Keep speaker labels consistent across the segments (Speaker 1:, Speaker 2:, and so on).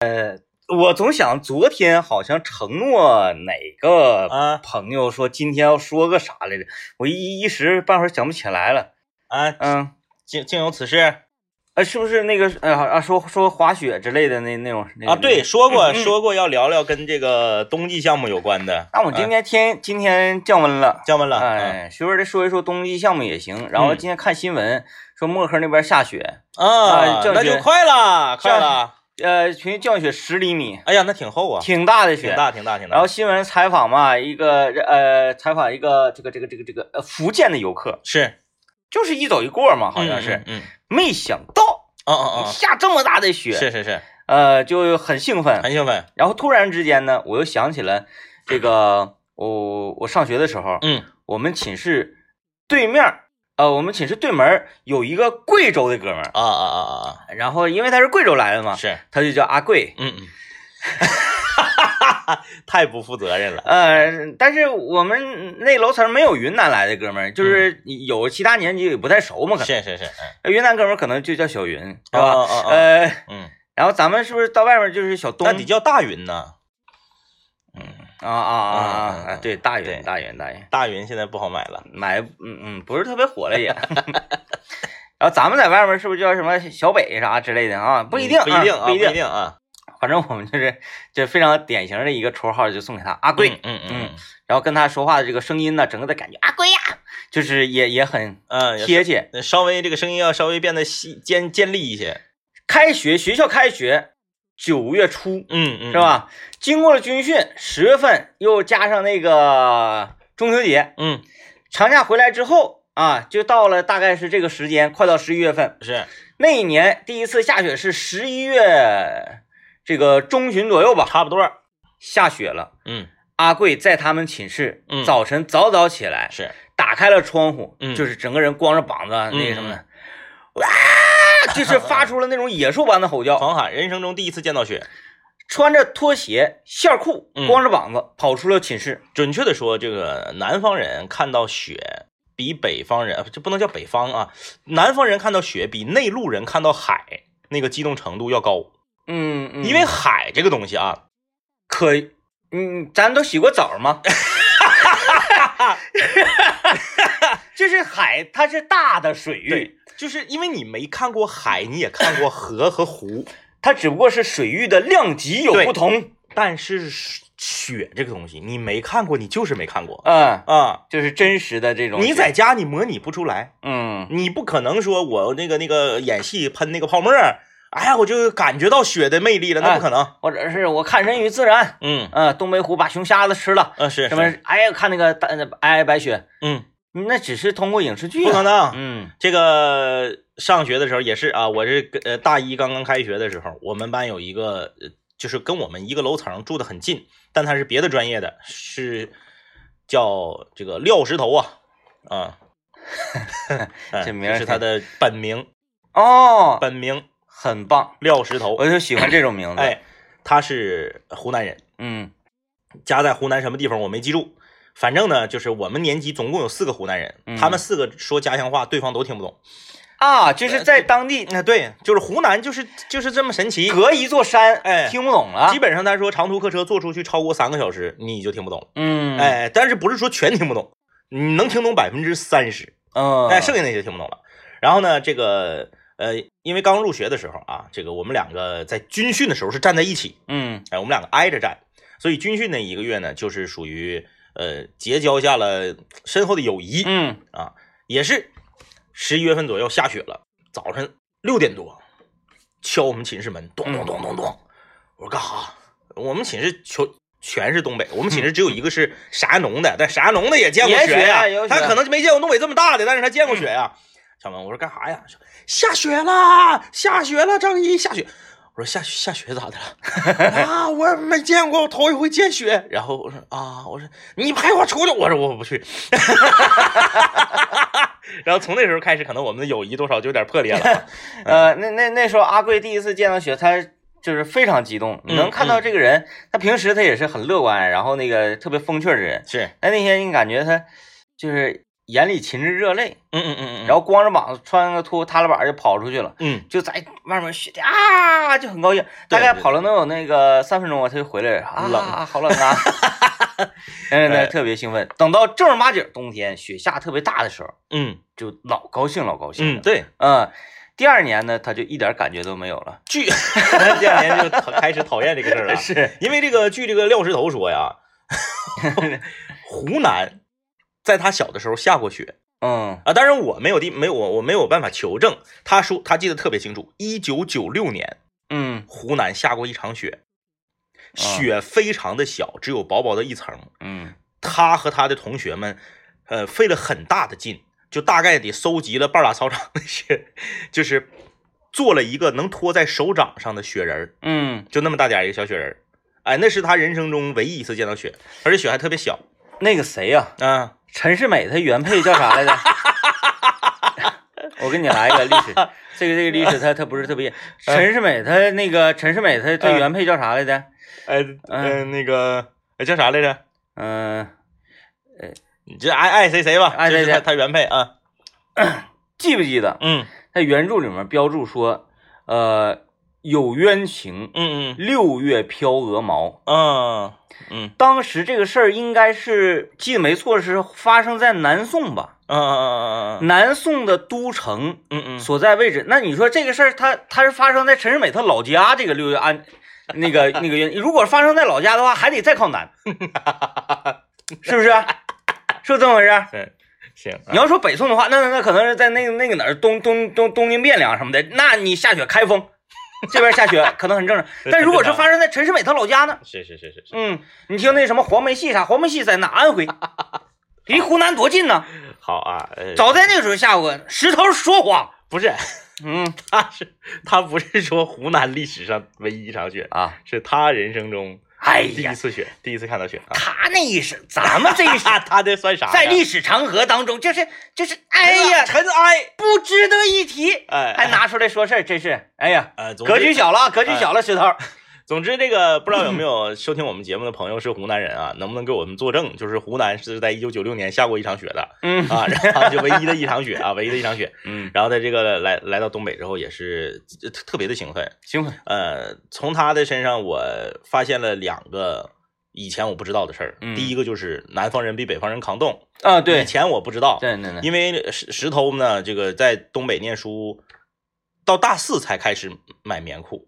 Speaker 1: 呃，我总想昨天好像承诺哪个
Speaker 2: 啊
Speaker 1: 朋友说今天要说个啥来着，我一一时半会儿想不起来了。
Speaker 2: 啊，
Speaker 1: 嗯，
Speaker 2: 竟竟有此事
Speaker 1: 呃，是不是那个呃啊说说滑雪之类的那那种那
Speaker 2: 啊！对，，说过
Speaker 1: 嗯
Speaker 2: 说过要聊聊跟这个冬季项目有关的。
Speaker 1: 那那我今
Speaker 2: 啊
Speaker 1: 天天、今天降温了。
Speaker 2: 降温了，啊
Speaker 1: 哎，徐文儿再说一说冬季项目也行。然后
Speaker 2: 嗯
Speaker 1: 今天看新闻、说墨坑那边下雪，
Speaker 2: 嗯啊
Speaker 1: 哎，降
Speaker 2: 那就
Speaker 1: 雪
Speaker 2: 快了，快
Speaker 1: 降
Speaker 2: 了。
Speaker 1: 呃，群降雪十厘米，
Speaker 2: 哎呀，那挺厚啊，
Speaker 1: 挺大的雪。
Speaker 2: 挺大，挺大，挺大。
Speaker 1: 然后新闻采访嘛，一个呃，采访一个这个这个这个这个呃福建的游客，
Speaker 2: 是，
Speaker 1: 就是一走一过嘛，好像
Speaker 2: 嗯
Speaker 1: 是，
Speaker 2: 嗯，嗯
Speaker 1: 没想到
Speaker 2: 嗯嗯嗯，
Speaker 1: 下这么大的雪，
Speaker 2: 是哎是是，
Speaker 1: 呃，就很兴奋。
Speaker 2: 很兴奋。
Speaker 1: 然后突然之间呢，我又想起了这个，我我上学的时候，
Speaker 2: 嗯，
Speaker 1: 我们寝室对面儿，呃，我们寝室对门儿有一个贵州的哥们儿，
Speaker 2: 啊啊啊啊
Speaker 1: 然后因为他是贵州来的
Speaker 2: 啊，
Speaker 1: 嘛，
Speaker 2: 是，
Speaker 1: 他就叫阿贵。
Speaker 2: 嗯嗯， 太不负责任了。
Speaker 1: 呃，但是我们那楼层没有云南来的哥们儿，就是有其他年级也不太熟嘛，可能。
Speaker 2: 嗯
Speaker 1: 呃
Speaker 2: 是是是，嗯
Speaker 1: 云南哥们儿可能就叫小云，是吧？
Speaker 2: 哦哦哦
Speaker 1: 呃，
Speaker 2: 嗯，
Speaker 1: 然后咱们是不是到外面就是小东？
Speaker 2: 那得叫大云呐，
Speaker 1: 啊啊啊
Speaker 2: 嗯嗯
Speaker 1: 啊啊！
Speaker 2: 嗯
Speaker 1: 对，大
Speaker 2: 对
Speaker 1: 云，大云，大云，
Speaker 2: 大云现在不好买了。
Speaker 1: 买，嗯嗯，不是特别火了也。 然后咱们在外面是不是叫什么小北啥之类的啊？不一定，
Speaker 2: 不一定
Speaker 1: 啊
Speaker 2: 啊，
Speaker 1: 不一
Speaker 2: 一
Speaker 1: 定。
Speaker 2: 定啊。
Speaker 1: 反正我们就是这非常典型的一个绰号，就送给他阿贵。
Speaker 2: 嗯嗯
Speaker 1: 然后跟他说话的这个声音呢，整个的感觉阿贵呀、就是也也很
Speaker 2: 嗯嗯，
Speaker 1: 贴切。
Speaker 2: 也是稍微这个声音要稍微变得细尖尖利一些。
Speaker 1: 开学，学校开学，九月初，
Speaker 2: 嗯嗯，
Speaker 1: 是？吧？经过了军训，十月份又加上那个中秋节
Speaker 2: 嗯，
Speaker 1: 长假回来之后啊，就到了大概是这个时间，快到十一月份。
Speaker 2: 是
Speaker 1: 那一年第一次下雪是十一月这个中旬左右吧，
Speaker 2: 差不多。
Speaker 1: 下雪了。
Speaker 2: 嗯，
Speaker 1: 阿贵在他们寝室，
Speaker 2: 嗯
Speaker 1: 早晨早早起来，
Speaker 2: 是
Speaker 1: 打开了窗户，
Speaker 2: 嗯
Speaker 1: 就是整个人光着膀子啊那个什么的，哇，就是发出了那种野兽般的吼叫，
Speaker 2: 狂喊，人生中第一次见到雪。
Speaker 1: 穿着拖鞋、线裤，
Speaker 2: 嗯
Speaker 1: 光着膀子跑出了寝室。
Speaker 2: 准确的说，这个南方人看到雪比北方人，呃这不能叫北方啊，南方人看到雪比内陆人看到海那个激动程度要高，
Speaker 1: 嗯，嗯
Speaker 2: 因为海这个东西啊，
Speaker 1: 可，嗯，咱都洗过澡吗？ 就是海，它是大的水域，
Speaker 2: 对，就是因为你没看过海，你也看过河和湖，
Speaker 1: 它只不过是水域的量级有
Speaker 2: 对
Speaker 1: 不同，
Speaker 2: 但是雪这个东西你没看过，你就是没看过
Speaker 1: 嗯，
Speaker 2: 啊。
Speaker 1: 就是真实的这种。
Speaker 2: 你在，家你模拟不出来，
Speaker 1: 嗯
Speaker 2: 你不可能说我那个那个演戏喷那个泡沫儿，哎呀，我就感觉到雪的魅力了，那不可能。
Speaker 1: 或者是我看人与自然，
Speaker 2: 哎嗯，
Speaker 1: 嗯，东北虎把熊瞎子吃了，
Speaker 2: 啊是
Speaker 1: 什么
Speaker 2: 是，？
Speaker 1: 哎呀，看那个大皑皑白雪，
Speaker 2: 嗯，
Speaker 1: 那只是通过影视剧
Speaker 2: 不可
Speaker 1: 啊，
Speaker 2: 能。
Speaker 1: 嗯
Speaker 2: 这个上学的时候也是啊，我是跟呃大一刚刚开学的时候，我们班有一个呃就是跟我们一个楼层住的很近，但他是别的专业的，是叫这个廖石头啊 啊，哎
Speaker 1: 这名儿
Speaker 2: 是他的本名，
Speaker 1: 哦，
Speaker 2: 本名
Speaker 1: 很棒，
Speaker 2: 廖石头
Speaker 1: 我，就喜欢这种名字，，
Speaker 2: 哎，他是湖南人，
Speaker 1: 嗯
Speaker 2: 家在湖南什么地方我没记住。反正呢，就是我们年级总共有四个湖南人，
Speaker 1: 嗯
Speaker 2: 他们四个说家乡话，对方都听不懂。
Speaker 1: 啊，就是在当地
Speaker 2: 那呃对，就是湖南，就是就是这么神奇。
Speaker 1: 隔啊一座山，
Speaker 2: 哎
Speaker 1: 听不懂了
Speaker 2: 基，本上他说长途客车坐出去超过三个小时，你就听不懂了。
Speaker 1: 嗯，，
Speaker 2: 哎，但是不是说全听不懂，你能听懂百分之三十，
Speaker 1: 嗯，
Speaker 2: 哎，剩下那些听不懂了。然后呢，这个呃，因为刚入学的时候啊，这个我们两个在军训的时候是站在一起，
Speaker 1: 嗯
Speaker 2: 哎，我们两个挨着站，所以军训那一个月呢，就是属于呃结交下了深厚的友谊。
Speaker 1: 嗯，
Speaker 2: 啊，也是十一月份左右下雪了，早晨六点多敲我们寝室门，咚
Speaker 1: 嗯
Speaker 2: 咚咚咚咚，我说干啥？我们寝室全全是东北，我们寝室只有一个是啥农的，但啥农的也见过
Speaker 1: 嗯也
Speaker 2: 雪呀、
Speaker 1: 雪有嗯
Speaker 2: 他
Speaker 1: 雪
Speaker 2: 可能没见过东北这么大的，但是他见过雪呀、小文，我说干啥呀？说下雪啦，下雪了，张一下雪。我说下雪下雪咋的了？ 啊，我也没见过，我头一回见雪。然后我说啊，我说你陪我出去，我说我不去。然后从那时候开始，可能我们的友谊多少就有点破裂了啊。
Speaker 1: 呃，那那那时候阿贵第一次见到雪，他就是非常激
Speaker 2: 嗯
Speaker 1: 动，你能看到这个人，他平时他也是很乐观，然后那个特别风趣的人，
Speaker 2: 是，
Speaker 1: 但那天你感觉他就是眼里噙着热泪，
Speaker 2: 嗯嗯嗯嗯，
Speaker 1: 然后光着膀子穿个裤踏拉板就跑出去了，
Speaker 2: 嗯，
Speaker 1: 就在外面雪地啊，就很高兴，大概跑了能有那个三分钟吧，他就回来了，啊，
Speaker 2: 冷
Speaker 1: 好冷 啊，嗯，对，特别兴奋。等到正儿八经冬天雪下特别大的时候，
Speaker 2: 嗯
Speaker 1: 就老高兴老高兴
Speaker 2: 嗯，
Speaker 1: 了，
Speaker 2: 对，
Speaker 1: 嗯，第二年呢，他就一点感觉都没有了，
Speaker 2: 剧，第二年就讨开始讨厌这个事 儿了，
Speaker 1: 是，
Speaker 2: 因为这个据这个廖石头说 呀，湖南在他小的时候下过雪
Speaker 1: 嗯，
Speaker 2: 啊，当然我没有地没有我我没有办法求证，他说他记得特别清楚，一九九六年
Speaker 1: 嗯，
Speaker 2: 湖南下过一场雪，
Speaker 1: 啊
Speaker 2: 雪非常的小，只有薄薄的一层，
Speaker 1: 嗯，
Speaker 2: 他和他的同学们，呃，费了很大的劲，就大概得搜集了半拉操场的雪， 就是做了一个能拖在手掌上的雪人儿，
Speaker 1: 嗯，
Speaker 2: 就那么大点儿一个小雪人儿。哎，那是他人生中唯一一次见到雪，而且雪还特别小
Speaker 1: 那个谁呀、
Speaker 2: 啊。
Speaker 1: 陈世美，她原配叫啥来着？ 我给你来一个历 史，这个这个历史她她不是特别。陈世美她那个陈世美她她
Speaker 2: 嗯
Speaker 1: 原配叫啥来着？
Speaker 2: 哎，呃，那个哎叫啥来着？
Speaker 1: 嗯，
Speaker 2: 你这爱爱谁谁吧，
Speaker 1: 爱
Speaker 2: 这
Speaker 1: 谁
Speaker 2: 是
Speaker 1: 谁
Speaker 2: 他他原配啊。
Speaker 1: 记不记得
Speaker 2: 嗯
Speaker 1: 在原著里面标注说，呃，有冤情，
Speaker 2: 嗯嗯
Speaker 1: 六月飘鹅毛。
Speaker 2: 嗯嗯
Speaker 1: 当时这个事儿应该是记得没错是发生在南宋吧？
Speaker 2: 嗯嗯嗯
Speaker 1: 南宋的都城
Speaker 2: 嗯嗯
Speaker 1: 所在位置。那你说这个事儿，它它是发生在陈世美她老家这个六月安，那个那个原，如果发生在老家的话，还得再靠南，是不是？是不是这么回事？
Speaker 2: 嗯，行啊
Speaker 1: 你要说北宋的话，那那那可能是在那个那个哪儿东东东东京汴梁什么的，那你下雪开封，这边下雪可能很正 常。但如果是发生在陈世美她老家呢？
Speaker 2: 是是是是是，
Speaker 1: 嗯，你听那什么黄梅戏啥，黄梅戏在哪？安徽， 离湖南多近呢？
Speaker 2: 好啊，呃，
Speaker 1: 早在那个时候下过，石头说谎。
Speaker 2: 不是。
Speaker 1: 嗯
Speaker 2: 他是他不是说湖南历史上唯一一场雪，
Speaker 1: 啊，
Speaker 2: 是他人生中
Speaker 1: 哎
Speaker 2: 第
Speaker 1: 呀
Speaker 2: 一，次雪，第一次看到雪啊。
Speaker 1: 他那一身，咱们这一 身，
Speaker 2: 他 他这算啥呀？
Speaker 1: 在历史长河当中，就是就是，哎呀，
Speaker 2: 尘埃，
Speaker 1: 不值得一提，
Speaker 2: 哎，
Speaker 1: 还拿出来说事儿，真是，哎呀，
Speaker 2: 呃，总之
Speaker 1: 格局。小了啊，格局小了，石头，
Speaker 2: 总之，这个不知道有 没有收听我们节目的朋友是湖南人啊，能不能给我们作证，就是湖南是在一九九六年下过一场雪的
Speaker 1: 嗯
Speaker 2: 啊，然后就唯一的一场雪啊， 唯一的一场雪。
Speaker 1: 嗯，
Speaker 2: 然后在这个来来到东北之后，也是呃特特别的兴奋，
Speaker 1: 兴奋，
Speaker 2: 呃，从他的身上我发现了两个以前我不知道的事儿。
Speaker 1: 嗯
Speaker 2: 第一个就是南方人比北方人抗冻，
Speaker 1: 啊，
Speaker 2: 以
Speaker 1: 对，
Speaker 2: 前我不知道，
Speaker 1: 对对对，
Speaker 2: 因为石石头呢，这个在东北念书，到大四才开始买棉裤，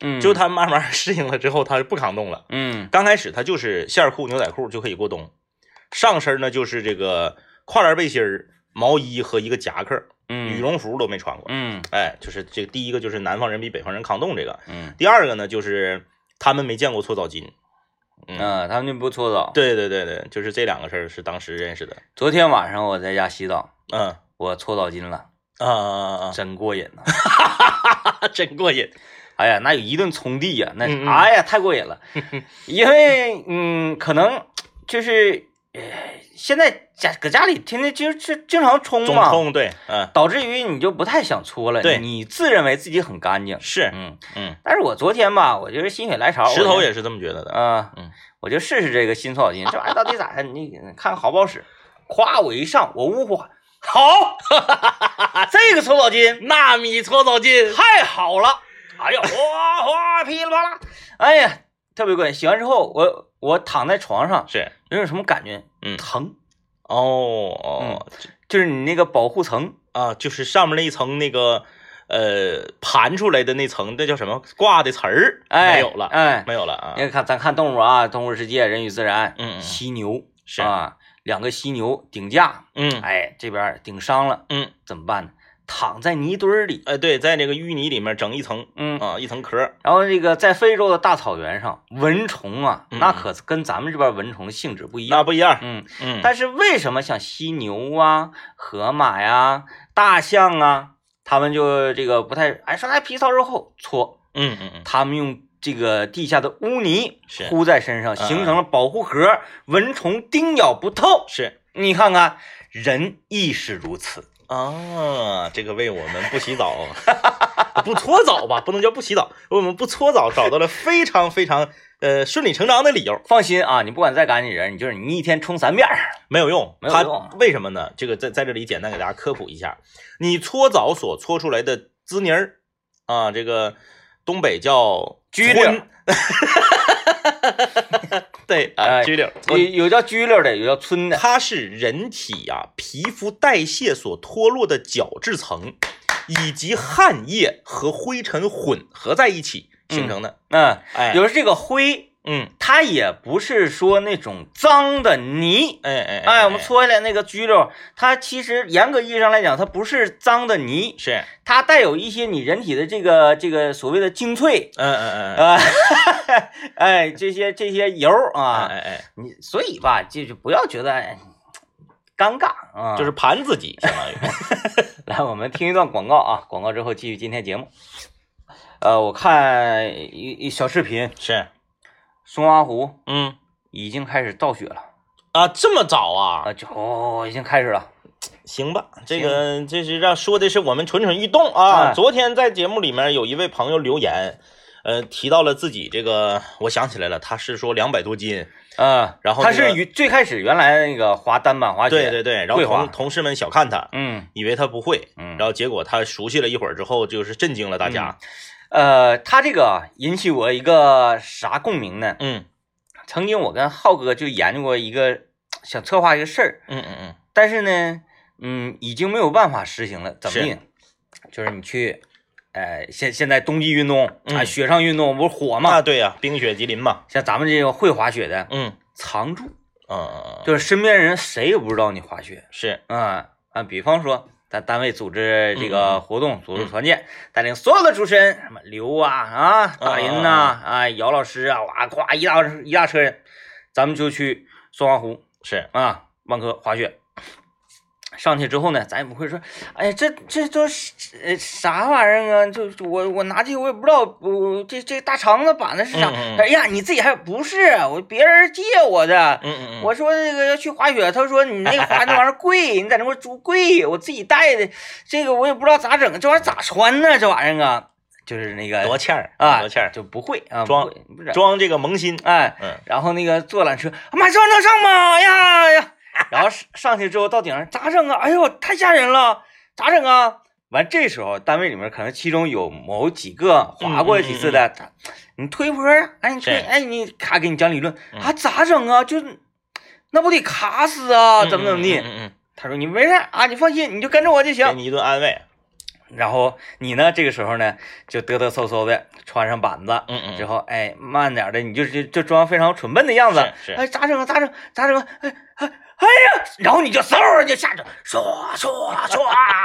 Speaker 1: 嗯，
Speaker 2: 就，他慢慢 适应了之后，他不抗冻了。
Speaker 1: 嗯
Speaker 2: 刚开始他就是线儿裤、牛仔裤就可以过冬，上身呢就是这个跨栏背心儿、毛衣和一个夹克，
Speaker 1: 嗯，
Speaker 2: 羽，绒服都没穿过。
Speaker 1: 嗯
Speaker 2: 哎，就是这个第一个就是南方人比北方人抗冻这个，
Speaker 1: 嗯，
Speaker 2: 第二个呢，就是他们没见过搓澡巾。 嗯，
Speaker 1: 啊，他们就不搓澡，
Speaker 2: 对对对对，就是这两个事儿是当时认识的。
Speaker 1: 昨天晚上我在家洗澡，
Speaker 2: 嗯啊
Speaker 1: 我搓澡巾了，
Speaker 2: 啊
Speaker 1: 真过瘾呐，
Speaker 2: 啊！真过瘾。
Speaker 1: 哎呀，那有一顿冲地呀、那
Speaker 2: 嗯嗯
Speaker 1: 哎呀太过瘾 了，因为嗯，可能就是呃，现在家搁家里天天经是经常冲
Speaker 2: 总
Speaker 1: 嘛，
Speaker 2: 痛对，嗯，
Speaker 1: 导致于你就不太想搓了，
Speaker 2: 对
Speaker 1: 你自认为自己很干净，
Speaker 2: 是，
Speaker 1: 嗯，
Speaker 2: 嗯，
Speaker 1: 但是我昨天吧，我就是心血来潮，
Speaker 2: 石头
Speaker 1: 我就
Speaker 2: 也是这么觉得的。
Speaker 1: 啊，
Speaker 2: 嗯，
Speaker 1: 我就试试这个新搓澡巾，这玩意儿到底咋样？你看看好不好使？夸我一上，我呜呼，好， 这个搓澡巾
Speaker 2: 纳米搓澡巾，
Speaker 1: 太好了！哎呀，哗哗噼里啪啦，哎呀，特别过瘾。洗完之后，我我躺在床上，
Speaker 2: 是，
Speaker 1: 有种什么感觉？
Speaker 2: 嗯
Speaker 1: 疼，嗯
Speaker 2: 哦哦
Speaker 1: 就是你那个保护层，
Speaker 2: 啊，就是上面那一层那个呃盘出来的那层，那叫什么挂的词儿
Speaker 1: 哎，
Speaker 2: 没有了，
Speaker 1: 哎，
Speaker 2: 没有了啊
Speaker 1: 你。看，咱看动物啊，《动物世界》《人与自然》，
Speaker 2: 嗯嗯
Speaker 1: 犀牛
Speaker 2: 是
Speaker 1: 啊，两个犀牛顶架，
Speaker 2: 嗯
Speaker 1: 哎，这边顶伤了，
Speaker 2: 嗯，
Speaker 1: 怎么办呢？躺在泥堆儿里，
Speaker 2: 哎，对，在那个淤泥里面整一层
Speaker 1: 嗯，
Speaker 2: 啊，一层壳。
Speaker 1: 然后这个在非洲的大草原上，蚊虫啊，
Speaker 2: 嗯
Speaker 1: 那可跟咱们这边蚊虫的性质不一
Speaker 2: 那
Speaker 1: 样，
Speaker 2: 不一样，
Speaker 1: 嗯。
Speaker 2: 嗯，
Speaker 1: 但是为什么像犀牛啊、河马呀、大象啊，他们就这个不太哎说哎皮糙肉厚搓，
Speaker 2: 嗯嗯嗯，
Speaker 1: 他们用这个地下的污泥
Speaker 2: 是
Speaker 1: 糊在身上，
Speaker 2: 嗯
Speaker 1: 形成了保护壳，蚊虫叮咬不透。
Speaker 2: 是
Speaker 1: 你看看，人亦是如此。
Speaker 2: 啊，这个为我们不洗澡、 不搓澡吧，不能叫不洗澡，为我们不搓澡找到了非常非常呃顺理成章的理由，
Speaker 1: 放心啊，你不管再干净人，你就是你一天冲三遍儿，
Speaker 2: 没有用。
Speaker 1: 没有
Speaker 2: 他
Speaker 1: 用
Speaker 2: 为什么呢？这个在在这里简单给大家科普一下，你搓澡所搓出来的滋泥儿啊，这个东北叫
Speaker 1: 疽溜
Speaker 2: 皴， 对啊，
Speaker 1: 哎
Speaker 2: 疽溜，
Speaker 1: 有有叫拘溜的，有叫村的，
Speaker 2: 它是人体啊皮肤代谢所脱落的角质层，以及汗液和灰尘混合在一起形成的。
Speaker 1: 嗯，
Speaker 2: 哎，
Speaker 1: 有时这个灰，
Speaker 2: 嗯，
Speaker 1: 它也不是说那种脏的泥，
Speaker 2: 哎哎
Speaker 1: 哎，我们搓下来那个拘溜，它其实严格意义上来讲，它不是脏的泥，
Speaker 2: 是，
Speaker 1: 它带有一些你人体的这个这个所谓的精粹。
Speaker 2: 嗯嗯嗯
Speaker 1: 啊，哎，这些这些油儿
Speaker 2: 嗯，
Speaker 1: 啊，
Speaker 2: 哎哎，
Speaker 1: 你所以吧，就就不要觉得哎尴尬啊。
Speaker 2: 就是盘自己，相当于
Speaker 1: 来，我们听一段广告啊，广告之后继续今天节目。呃，我看一一小视频，
Speaker 2: 是，
Speaker 1: 松花湖
Speaker 2: 嗯
Speaker 1: 已经开始造雪了
Speaker 2: 啊，这么早啊？
Speaker 1: 啊，就、哦、已经开始了。
Speaker 2: 行吧，这个这是让说的是我们蠢蠢欲动啊。
Speaker 1: 哎
Speaker 2: 昨天在节目里面有一位朋友留言。呃，提到了自己这个，我想起来了，他是说两百多斤，
Speaker 1: 嗯，
Speaker 2: 然后
Speaker 1: 它
Speaker 2: 那个
Speaker 1: 是原最开始原来那个滑单板滑雪，
Speaker 2: 对对对，然后
Speaker 1: 会滑
Speaker 2: 同同事们小看他，
Speaker 1: 嗯
Speaker 2: 以为他不会，
Speaker 1: 嗯，
Speaker 2: 然后结果他熟悉了一会儿之后，就是震惊了大家。
Speaker 1: 呃，它这个引起我一个啥共鸣呢？
Speaker 2: 嗯
Speaker 1: 曾经我跟浩哥就研究过一个想策划一个事儿，
Speaker 2: 嗯嗯
Speaker 1: 但是呢，嗯，已经没有办法实行了。怎么
Speaker 2: 是
Speaker 1: 地？就是你去，呃，现现在冬季运动啊、
Speaker 2: 嗯
Speaker 1: 雪上运动不是火
Speaker 2: 嗯，
Speaker 1: 吗？
Speaker 2: 啊对呀、冰雪吉林嘛。
Speaker 1: 像咱们这种会滑雪的，
Speaker 2: 嗯
Speaker 1: 藏住，
Speaker 2: 嗯
Speaker 1: 就是身边人谁也不知道你滑雪
Speaker 2: 是
Speaker 1: 啊啊！比方说，咱单位组织这
Speaker 2: 嗯
Speaker 1: 个活动，组织团建，带领所有的主持人，什么刘啊啊、大林呐
Speaker 2: 啊
Speaker 1: 啊姚老师啊，哇夸一大一大车人，咱们就去松花湖
Speaker 2: 是，
Speaker 1: 啊，万科滑雪。上去之后呢，咱也不会说，哎呀，这这都是呃啥玩意儿啊？就就我我拿这个我也不知道，我这这大肠子板子是啥？
Speaker 2: 嗯嗯嗯
Speaker 1: 哎呀，你自己还不是我别人借我的。
Speaker 2: 嗯嗯嗯，
Speaker 1: 我说那个要去滑雪，他说你那个滑那玩意儿贵，你在那块儿租贵，我自己带的，这个我也不知道咋整，这玩意儿咋穿呢？这玩意儿啊，就是那个
Speaker 2: 多欠儿
Speaker 1: 啊，
Speaker 2: 多欠儿，
Speaker 1: 就不会啊，不
Speaker 2: 装
Speaker 1: 会不是
Speaker 2: 装这个萌新。
Speaker 1: 哎，
Speaker 2: 嗯，
Speaker 1: 然后那个坐缆车，啊妈，这玩意儿能上吗？哎呀哎 呀！然后上上去之后到顶上咋整啊？哎呦，太吓人了，咋整啊？完这时候单位里面可能其中有某几个滑过几次
Speaker 2: 嗯
Speaker 1: 的，他你推坡啊，哎你推，
Speaker 2: 是
Speaker 1: 哎你咔给你讲理论
Speaker 2: 嗯
Speaker 1: 啊，咋整啊？就是那不得卡死啊？怎么怎么
Speaker 2: 嗯
Speaker 1: 地？
Speaker 2: 嗯嗯
Speaker 1: 他说你没事啊，你放心，你就跟着我就
Speaker 2: 嗯，给
Speaker 1: 行。
Speaker 2: 你一顿安慰。
Speaker 1: 然后你呢，这个时候呢就嘚嘚嗖嗖的穿上板子，
Speaker 2: 嗯嗯，
Speaker 1: 之后，哎，慢点儿的，你就就就装非常蠢笨的样子，
Speaker 2: 是是
Speaker 1: 哎，咋整啊？咋整？咋整啊？哎哎哎呀！然后你就嗖儿就下去，唰唰唰，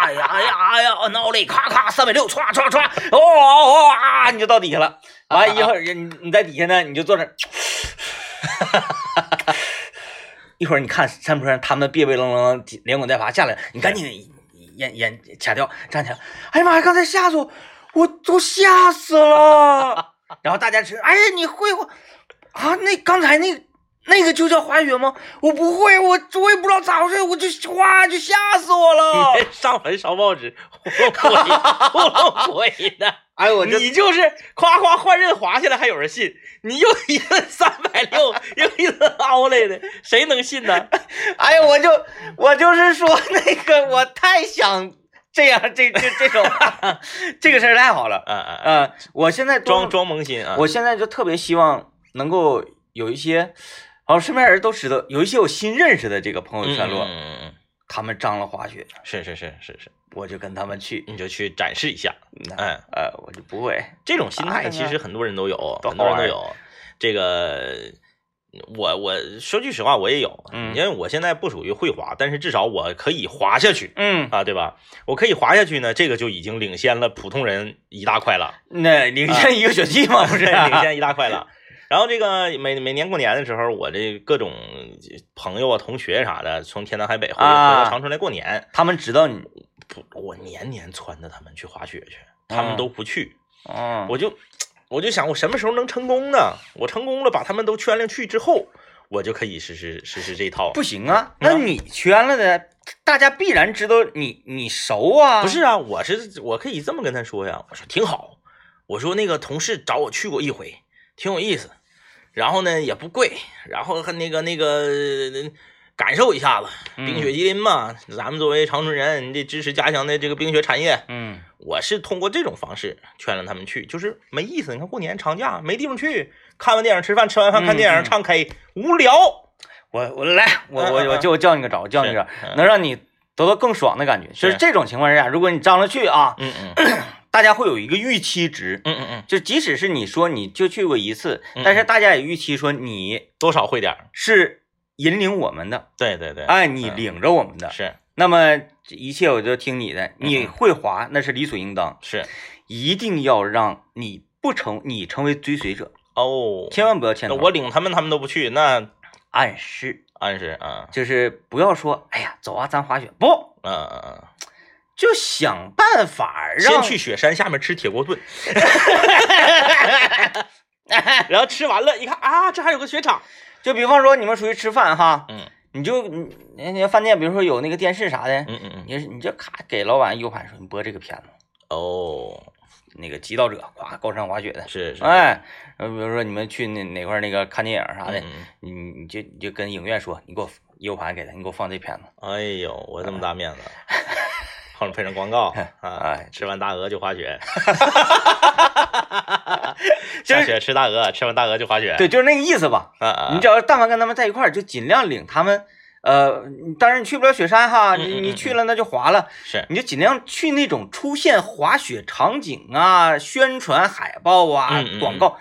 Speaker 1: 哎呀哎呀哎呀，脑里咔咔三百六，唰唰唰，哦哦哦啊，你就到底下了。
Speaker 2: 啊
Speaker 1: 完一会儿，你你在底下呢，你就坐这儿。 一会儿你看山坡上他们别别愣愣连滚带爬下来，你赶紧眼眼掐掉站起来。哎呀妈呀！刚才吓死我，我都吓死了。然后大家吃，哎呀，你会滑啊？那刚才那那个就叫滑雪吗？我不会，我我也不知道咋回事，我就哇就吓死我了。
Speaker 2: 哦上坟烧报纸，糊弄 鬼，糊弄鬼呢。
Speaker 1: 哎呦，我就
Speaker 2: 你就是夸夸换刃滑下来还有人信，你又一顿三百六，又一顿凹来的，谁能信呢？
Speaker 1: 哎呀，我就我就是说 那个，我太想这样这这这种这个事儿太好了。
Speaker 2: 啊啊啊！
Speaker 1: 呃，我现在多
Speaker 2: 装装萌新啊！
Speaker 1: 我现在就特别希望能够有一些，然后身边人都知道，有一些我新认识的这个朋友圈落，
Speaker 2: 嗯嗯嗯
Speaker 1: 他们张罗滑雪，
Speaker 2: 嗯，是是是是是，
Speaker 1: 我就跟他们去。
Speaker 2: 你就去展示一下。
Speaker 1: 那
Speaker 2: 嗯，
Speaker 1: 呃，我就不会。
Speaker 2: 这种心态
Speaker 1: 啊
Speaker 2: 其实很多人都有，
Speaker 1: 多
Speaker 2: 很多人
Speaker 1: 好玩
Speaker 2: 都有。这个，我我说句实话，我也有，
Speaker 1: 嗯
Speaker 2: 因为我现在不属于会滑，但是至少我可以滑下去
Speaker 1: 嗯，
Speaker 2: 啊，对吧？我可以滑下去呢，这个就已经领先了普通人一大块 了。
Speaker 1: 那领先一个雪季嘛，不是？
Speaker 2: 对，领先一大块了。然后这个每每年过年的时候，我这各种朋友啊、同学啥的，从天南海北回回
Speaker 1: 啊
Speaker 2: 到长春来过年，
Speaker 1: 他们知道你。
Speaker 2: 不，我年年撺掇他们去滑雪去，他们
Speaker 1: 嗯
Speaker 2: 都不去，
Speaker 1: 嗯，
Speaker 2: 我就我就想，我什么时候能成功呢？我成功了，把他们都圈领去之后，我就可以实施实施这一套。
Speaker 1: 不行啊，那你圈了的大家必然知道你你熟啊。
Speaker 2: 不是啊，我是我可以这么跟他说呀，我说挺好，我说那个同事找我去过一回，挺有意思，然后呢也不贵，然后还那个那个呃感受一下子
Speaker 1: 嗯
Speaker 2: 冰雪吉林嘛，咱们作为长春人，你得支持家乡的这个冰雪产业。
Speaker 1: 嗯，
Speaker 2: 我是通过这种方式劝了他们去，就是没意思。你看过年长假没地方去，看完电影吃饭，吃完饭看
Speaker 1: 嗯
Speaker 2: 电
Speaker 1: 嗯
Speaker 2: 影唱 K，无聊。
Speaker 1: 我我来，我我
Speaker 2: 嗯嗯
Speaker 1: 我就教你个招，教你个
Speaker 2: 是
Speaker 1: 招，
Speaker 2: 嗯
Speaker 1: 能让你得到更爽的感觉。就是
Speaker 2: 是
Speaker 1: 这种情况下，如果你张罗去啊，
Speaker 2: 嗯嗯
Speaker 1: 大家会有一个预期值，
Speaker 2: 嗯嗯嗯，
Speaker 1: 就即使是你说你就去过一次，
Speaker 2: 嗯
Speaker 1: 但是大家也预期说你
Speaker 2: 多少会点儿。
Speaker 1: 是引领我们的，
Speaker 2: 对对对，
Speaker 1: 哎，你
Speaker 2: 嗯
Speaker 1: 领着我们的，
Speaker 2: 是
Speaker 1: 那么这一切我就听你的，你
Speaker 2: 嗯
Speaker 1: 会滑那是理所应当，
Speaker 2: 是
Speaker 1: 一定要让你不成你成为追随者，
Speaker 2: 哦。
Speaker 1: 千万不要牵
Speaker 2: 那
Speaker 1: 头。
Speaker 2: 我领他们，他们都不去，那
Speaker 1: 暗示
Speaker 2: 暗示啊，
Speaker 1: 就是不要说，哎呀，走啊，咱滑雪不，
Speaker 2: 嗯嗯嗯，
Speaker 1: 就想办法
Speaker 2: 先
Speaker 1: 让
Speaker 2: 去雪山下面吃铁锅 炖，然后吃完了，一看啊，这还有个雪场，
Speaker 1: 就比方说你们出去吃饭哈，
Speaker 2: 嗯
Speaker 1: 你就你那些饭店，比如说有那个电视啥的，
Speaker 2: 嗯嗯嗯，
Speaker 1: 你你就咔给老板 U 盘说你播这个片子，
Speaker 2: 哦，
Speaker 1: 那个《极道者》夸高山滑雪的，
Speaker 2: 是是，
Speaker 1: 哎，呃比如说你们去哪哪块儿那个看电影啥的，
Speaker 2: 嗯，
Speaker 1: 你你就你就跟影院说，你给我 U 盘给他，你给我放这片子，
Speaker 2: 哎呦，我这么大面子，后面配上广 告啊
Speaker 1: 哎，
Speaker 2: 吃完大鹅就滑 雪，
Speaker 1: 就
Speaker 2: 下
Speaker 1: 是
Speaker 2: 雪吃大鹅，吃完大鹅就滑雪，
Speaker 1: 对，就是那个意思吧。
Speaker 2: 啊啊，
Speaker 1: 你只要但凡跟他们在一块儿，就尽量领他们。呃，你当然你去不了雪山哈，
Speaker 2: 嗯
Speaker 1: 你
Speaker 2: 嗯
Speaker 1: 你
Speaker 2: 嗯
Speaker 1: 去了那就滑了，
Speaker 2: 是，
Speaker 1: 你就尽量去那种出现滑雪场景啊、宣传海报啊
Speaker 2: 嗯嗯、嗯
Speaker 1: 广告，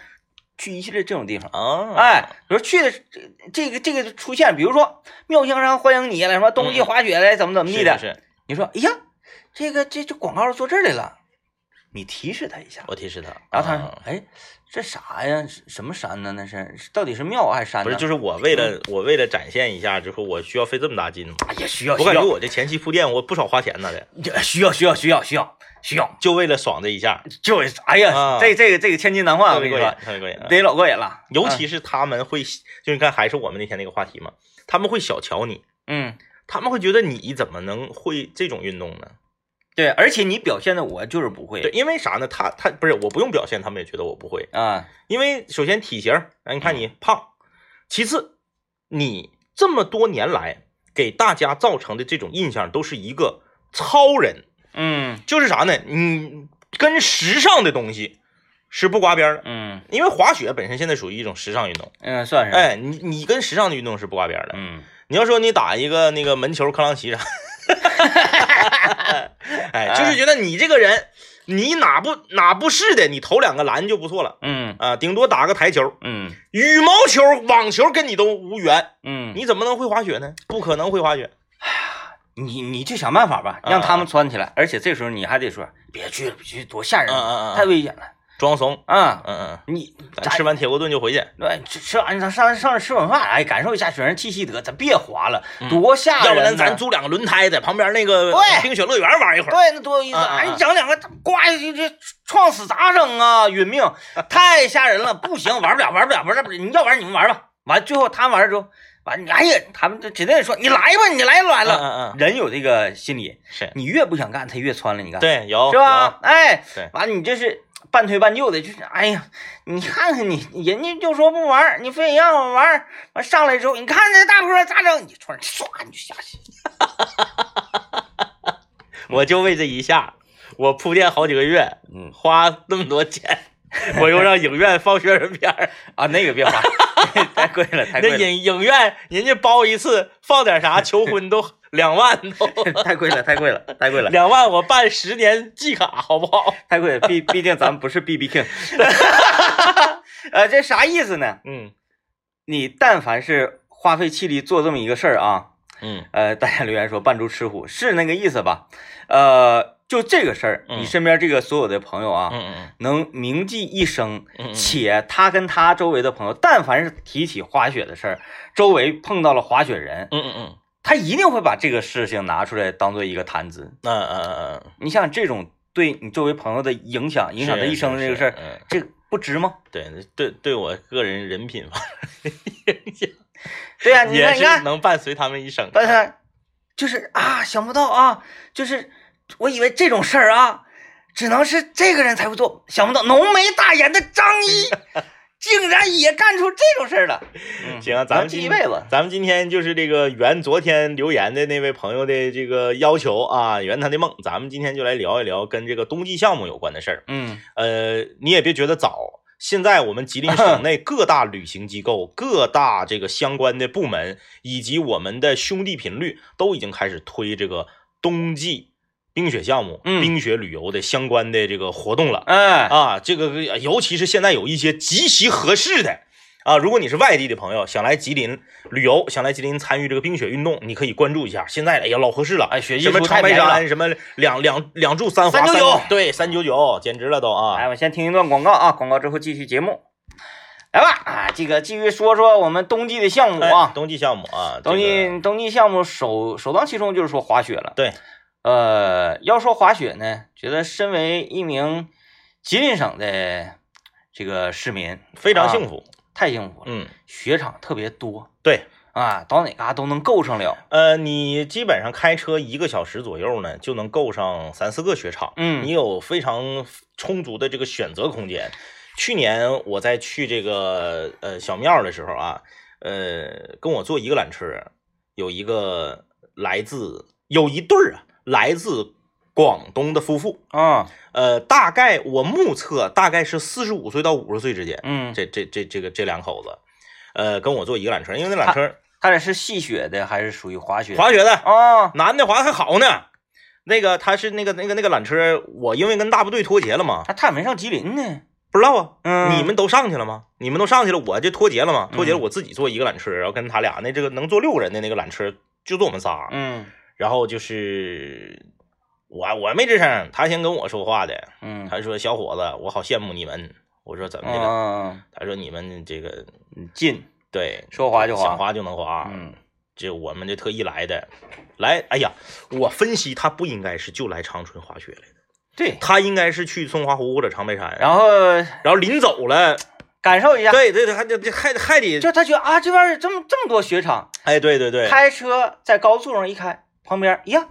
Speaker 1: 去一系列这种地方。
Speaker 2: 啊，，
Speaker 1: 哎，比如去的这这个这个出现，比如说妙香山欢迎你了，什么冬季
Speaker 2: 嗯嗯
Speaker 1: 滑雪来，怎么怎么地的，
Speaker 2: 是是，
Speaker 1: 你说，哎呀，这个这这广告做这儿来了，你提示他一下。
Speaker 2: 我提示他，
Speaker 1: 然后他说
Speaker 2: 嗯啊：“
Speaker 1: 哎，这啥呀？是什么山呢？那是是到底是庙还是山呢？
Speaker 2: 不是，就是我为
Speaker 1: 嗯
Speaker 2: 了我为了展现一下，之后我需要费这么大劲吗？
Speaker 1: 哎呀，需要
Speaker 2: 我
Speaker 1: 需
Speaker 2: 感觉
Speaker 1: 要
Speaker 2: 我这前期铺垫我不少花钱呢得，
Speaker 1: 需要需要需要需要需要，
Speaker 2: 就为了爽这一下，
Speaker 1: 就哎呀，
Speaker 2: 啊
Speaker 1: 这这个这个千金难换，
Speaker 2: 特
Speaker 1: 我
Speaker 2: 别
Speaker 1: 跟你
Speaker 2: 过瘾
Speaker 1: 说，，
Speaker 2: 特别过瘾啊。
Speaker 1: 得老过瘾了。
Speaker 2: 尤其是他们会，就你看还是我们那天那个话题嘛，他们会小瞧你，
Speaker 1: 嗯，嗯
Speaker 2: 他们会觉得你怎么能会这种运动呢？
Speaker 1: 对，而且你表现的我就是不会，
Speaker 2: 对，因为啥呢？他他不是我不用表现，他们也觉得我不会，
Speaker 1: 啊，
Speaker 2: 因为首先体型，啊，你看你胖，其次你这么多年来给大家造成的这种印象都是一个超人，
Speaker 1: 嗯
Speaker 2: 就是啥呢？你跟时尚的东西是不挂边儿的，
Speaker 1: 嗯
Speaker 2: 因为滑雪本身现在属于一种时尚运动，
Speaker 1: 嗯，算是，
Speaker 2: 哎，你你跟时尚的运动是不挂边儿的。
Speaker 1: 嗯
Speaker 2: 你要说你打一个那个门球、克朗奇啥， 哎，就是觉得你这个人，你哪不哪不是的，你投两个篮就不错了
Speaker 1: 嗯
Speaker 2: 啊，顶多打个台球、
Speaker 1: 嗯
Speaker 2: 羽毛球、网球跟你都无缘，
Speaker 1: 嗯，
Speaker 2: 你怎么能会滑雪呢？不可能会滑雪。
Speaker 1: 你你就想办法吧，
Speaker 2: 啊
Speaker 1: 让他们窜起来。而且这时候你还得说，别去了，别去，多吓人
Speaker 2: 嗯
Speaker 1: 啊，
Speaker 2: 嗯
Speaker 1: 太
Speaker 2: 嗯，
Speaker 1: 危险了
Speaker 2: 装怂。
Speaker 1: 啊！
Speaker 2: 嗯嗯，
Speaker 1: 你
Speaker 2: 咱吃完铁锅炖就回去，
Speaker 1: 哎，吃吃完咱上上吃碗饭，哎，感受一下雪人气息得，咱别滑了，多吓人呐！
Speaker 2: 嗯要不然咱租两个轮胎，在旁边那个
Speaker 1: 对
Speaker 2: 冰雪乐园玩一会儿。
Speaker 1: 对，那多有意思！
Speaker 2: 啊啊啊
Speaker 1: 哎，你整两个，呱，这这撞死咋整啊？殒命，太吓人了！不行，玩不了，玩不了，玩不了。你要玩你们玩吧。完，最后他们玩之后，完，哎呀，他们就指定说你来吧，你来来了。
Speaker 2: 嗯嗯嗯，
Speaker 1: 人有这个心理，
Speaker 2: 是
Speaker 1: 你越不想干，他越撺了你干，
Speaker 2: 对，有
Speaker 1: 是吧？？哎
Speaker 2: 对，
Speaker 1: 完你这是半推半就的，就是哎呀，你看看你，人家就说不玩儿，你非得让我玩儿，完上来之后，你看这大坡咋整？你突然唰你就下去，
Speaker 2: 有我就为这一下，我铺垫好几个月，
Speaker 1: 嗯
Speaker 2: 花那么多钱，我又让影院放宣传片儿，
Speaker 1: 啊，那个别玩， 太贵了，太
Speaker 2: 那
Speaker 1: 贵了。
Speaker 2: 影影院人家包一次放点啥，求婚 都两万都
Speaker 1: 太贵了，太贵了，太贵了，
Speaker 2: 两万，我办十年季卡好不好？
Speaker 1: 太贵了。毕毕竟咱们不是 B B King，呃，这啥意思呢？
Speaker 2: 嗯
Speaker 1: 你但凡是花费气力做这么一个事儿啊，
Speaker 2: 嗯
Speaker 1: 呃，大家留言说扮猪吃虎是那个意思吧？呃，就这个事儿，
Speaker 2: 嗯
Speaker 1: 你身边这个所有的朋友啊，
Speaker 2: 嗯
Speaker 1: 能铭记一生。
Speaker 2: 嗯
Speaker 1: 且他跟他周围的朋友，但凡是提起滑雪的事儿，周围碰到了滑雪人，
Speaker 2: 嗯嗯
Speaker 1: 他一定会把这个事情拿出来当做一个谈资。
Speaker 2: 嗯嗯嗯，
Speaker 1: 你像这种对你周围朋友的影响，影响他一生的这个事儿，
Speaker 2: 儿，
Speaker 1: 这不值吗？
Speaker 2: 嗯对对对我个人人品吧，
Speaker 1: 对呀、你
Speaker 2: 也
Speaker 1: 看，你
Speaker 2: 是
Speaker 1: 看，
Speaker 2: 能伴随他们一生。
Speaker 1: 但是就是啊，想不到啊，就是我以为这种事儿啊，只能是这个人才会做，想不到浓眉大眼的张一竟然也干出这种事儿了。嗯
Speaker 2: 行啊咱们
Speaker 1: 能记
Speaker 2: 今
Speaker 1: 一辈子。
Speaker 2: 咱们今天就是这个圆昨天留言的那位朋友的这个要求啊，圆他的梦，咱们今天就来聊一聊跟这个冬季项目有关的事儿。
Speaker 1: 嗯
Speaker 2: 呃，你也别觉得早，现在我们吉林省内各大旅行机构、 各大这个相关的部门以及我们的兄弟频率都已经开始推这个冬季冰雪项目、
Speaker 1: 嗯
Speaker 2: 冰雪旅游的相关的这个活动了。
Speaker 1: 哎，
Speaker 2: 啊，这个尤其是现在有一些极其合适的啊，如果你是外地的朋友，想来吉林旅游，想来吉林参与这个冰雪运动，你可以关注一下。现在哎呀，老合适了，
Speaker 1: 哎雪季
Speaker 2: 什么
Speaker 1: 出
Speaker 2: 长
Speaker 1: 太
Speaker 2: 白
Speaker 1: 便宜
Speaker 2: 山，什么两两两柱三华，
Speaker 1: 399
Speaker 2: 三对，三九九，简直了都啊！
Speaker 1: 来，我先听一段广告啊，广告之后继续节目。来吧，啊，这个继续说说我们冬季的项目啊
Speaker 2: 哎，。冬季项目啊，
Speaker 1: 冬
Speaker 2: 这个
Speaker 1: 季冬季项目首首当其冲就是说滑雪了。
Speaker 2: 对，
Speaker 1: 呃，要说滑雪呢，觉得身为一名吉林省的这个市民，啊
Speaker 2: 非常幸福，
Speaker 1: 太幸福了，
Speaker 2: 嗯，
Speaker 1: 雪场特别多
Speaker 2: 对。
Speaker 1: 啊，到哪嘎都能够上了。
Speaker 2: 呃，你基本上开车一个小时左右呢，就能够上三四个雪场。
Speaker 1: 嗯
Speaker 2: 你有非常充足的这个选择空间。去年我在去这个呃小庙的时候啊，呃，跟我坐一个缆车，有一个来自有一对儿啊，来自广东的夫妇，
Speaker 1: 啊，
Speaker 2: 呃，大概我目测大概是四十五岁到五十岁之间，
Speaker 1: 嗯，
Speaker 2: 这这这这个这两口子，呃，跟我坐一个缆车，因为那
Speaker 1: 啊
Speaker 2: 缆车
Speaker 1: 他俩是戏雪的还是属于滑雪？
Speaker 2: 滑雪的，
Speaker 1: 啊，
Speaker 2: 男的滑得还好呢。那个他是那个那个那个缆车，我因为跟大部队脱节了嘛，
Speaker 1: 他他咋没上吉林呢？
Speaker 2: 不知道啊。
Speaker 1: 嗯
Speaker 2: 你们都上去了吗？你们都上去了，我就脱节了嘛。脱节了，
Speaker 1: 嗯
Speaker 2: 我自己坐一个缆车，然后跟他俩那这个能坐六个人的那个缆车，就坐我们仨。
Speaker 1: 嗯
Speaker 2: 然后就是我我没吱声，他先跟我说话的，
Speaker 1: 嗯，
Speaker 2: 他说小伙子，我好羡慕你们。我说怎么的了？
Speaker 1: 啊，
Speaker 2: 他说你们这个
Speaker 1: 近，
Speaker 2: 对，
Speaker 1: 说滑就滑
Speaker 2: 想滑就能滑。
Speaker 1: 嗯
Speaker 2: 这我们这特意来的，来，哎呀，我分析他不应该是就来长春滑雪来的，
Speaker 1: 对，
Speaker 2: 他应该是去松花湖或者长白山，
Speaker 1: 然后
Speaker 2: 然后临走了，
Speaker 1: 感受一下，
Speaker 2: 对对对，还得这还还得，
Speaker 1: 就他觉得啊，这边儿这么这么多雪场。
Speaker 2: 哎，对对对，
Speaker 1: 开车在高速上一开，旁边呀，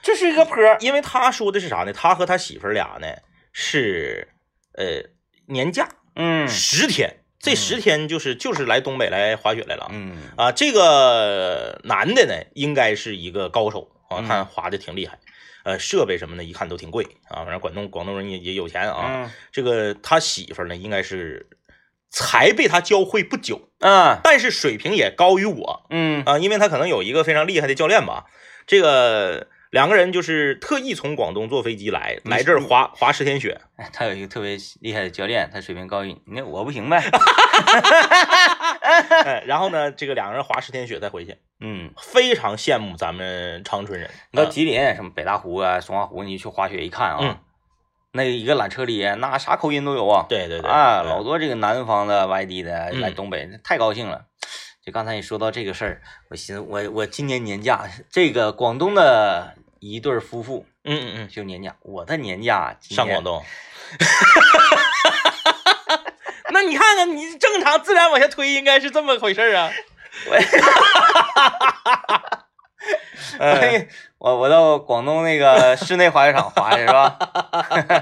Speaker 1: 这是一个坡儿，
Speaker 2: 因为他说的是啥呢？他和他媳妇儿俩呢是呃年假
Speaker 1: 嗯
Speaker 2: 十天，这十天就是就是来东北来滑雪来了。
Speaker 1: 嗯
Speaker 2: 啊，这个男的呢，应该是一个高手啊，
Speaker 1: 嗯
Speaker 2: 看滑的挺厉害，呃，设备什么的，一看都挺贵啊。反正广东广东人也也有钱啊。
Speaker 1: 嗯
Speaker 2: 这个他媳妇儿呢，应该是才被他教会不久，
Speaker 1: 嗯
Speaker 2: 但是水平也高于我
Speaker 1: 嗯
Speaker 2: 啊，因为他可能有一个非常厉害的教练吧。这个两个人就是特意从广东坐飞机来，来这儿滑滑十 天雪，
Speaker 1: 哎他有一个特别厉害的教练，他水平高于你，那我不行 呗。
Speaker 2: 哎然后呢，这个两个人滑十天雪再回去，
Speaker 1: 嗯，
Speaker 2: 非常羡慕咱们长春人。
Speaker 1: 你到
Speaker 2: 啊
Speaker 1: 吉林什么北大湖啊、松花湖，你去滑雪一看啊，
Speaker 2: 嗯
Speaker 1: 那一个缆车里那啥口音都有啊。
Speaker 2: 对对对
Speaker 1: 啊，
Speaker 2: 嗯
Speaker 1: 老多这个南方的、外地的
Speaker 2: 嗯
Speaker 1: 来东北，太高兴了。就刚才你说到这个事儿，我寻思我我今年年假，这个广东的一对儿夫妇，
Speaker 2: 嗯嗯嗯。
Speaker 1: 休年假，我的年假啊今
Speaker 2: 上
Speaker 1: 年
Speaker 2: 广东。 那你看看，你正常自然往下推，应该是这么回事儿啊。哎，
Speaker 1: 我我到广东那 个室内滑雪场滑去是吧？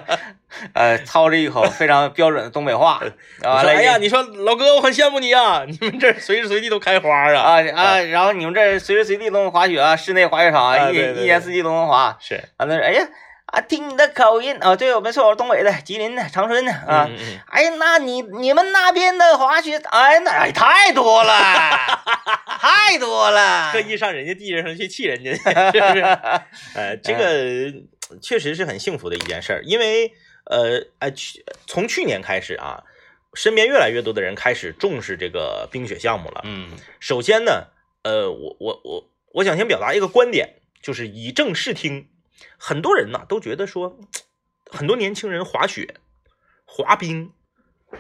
Speaker 1: 呃，操着一口非常标准的东北话，然后
Speaker 2: 我说
Speaker 1: 来
Speaker 2: 哎呀，你说老哥，我很羡慕你啊，你们这儿随时随地都开花啊。
Speaker 1: 啊啊，然后你们这儿随时随地都能滑雪啊，室内滑雪场啊
Speaker 2: 啊
Speaker 1: 一
Speaker 2: 对对对
Speaker 1: 一年四季都能滑。
Speaker 2: 是
Speaker 1: 完了，哎呀啊，听你的口音啊，对，我没错，我是东北的，吉林的，长春的啊。
Speaker 2: 嗯嗯
Speaker 1: 哎呀，那你你们那边的滑雪，哎，那哎太多了， 太多了，
Speaker 2: 特意上人家地上去气人家，是不是？呃，这个 确实是很幸福的一件事儿，因为呃，哎，去从去年开始啊，身边越来越多的人开始重视这个冰雪项目了。
Speaker 1: 嗯
Speaker 2: 首先呢，呃，我我我我想先表达一个观点，就是以正视听。很多人呐、都觉得说，很多年轻人滑雪、滑冰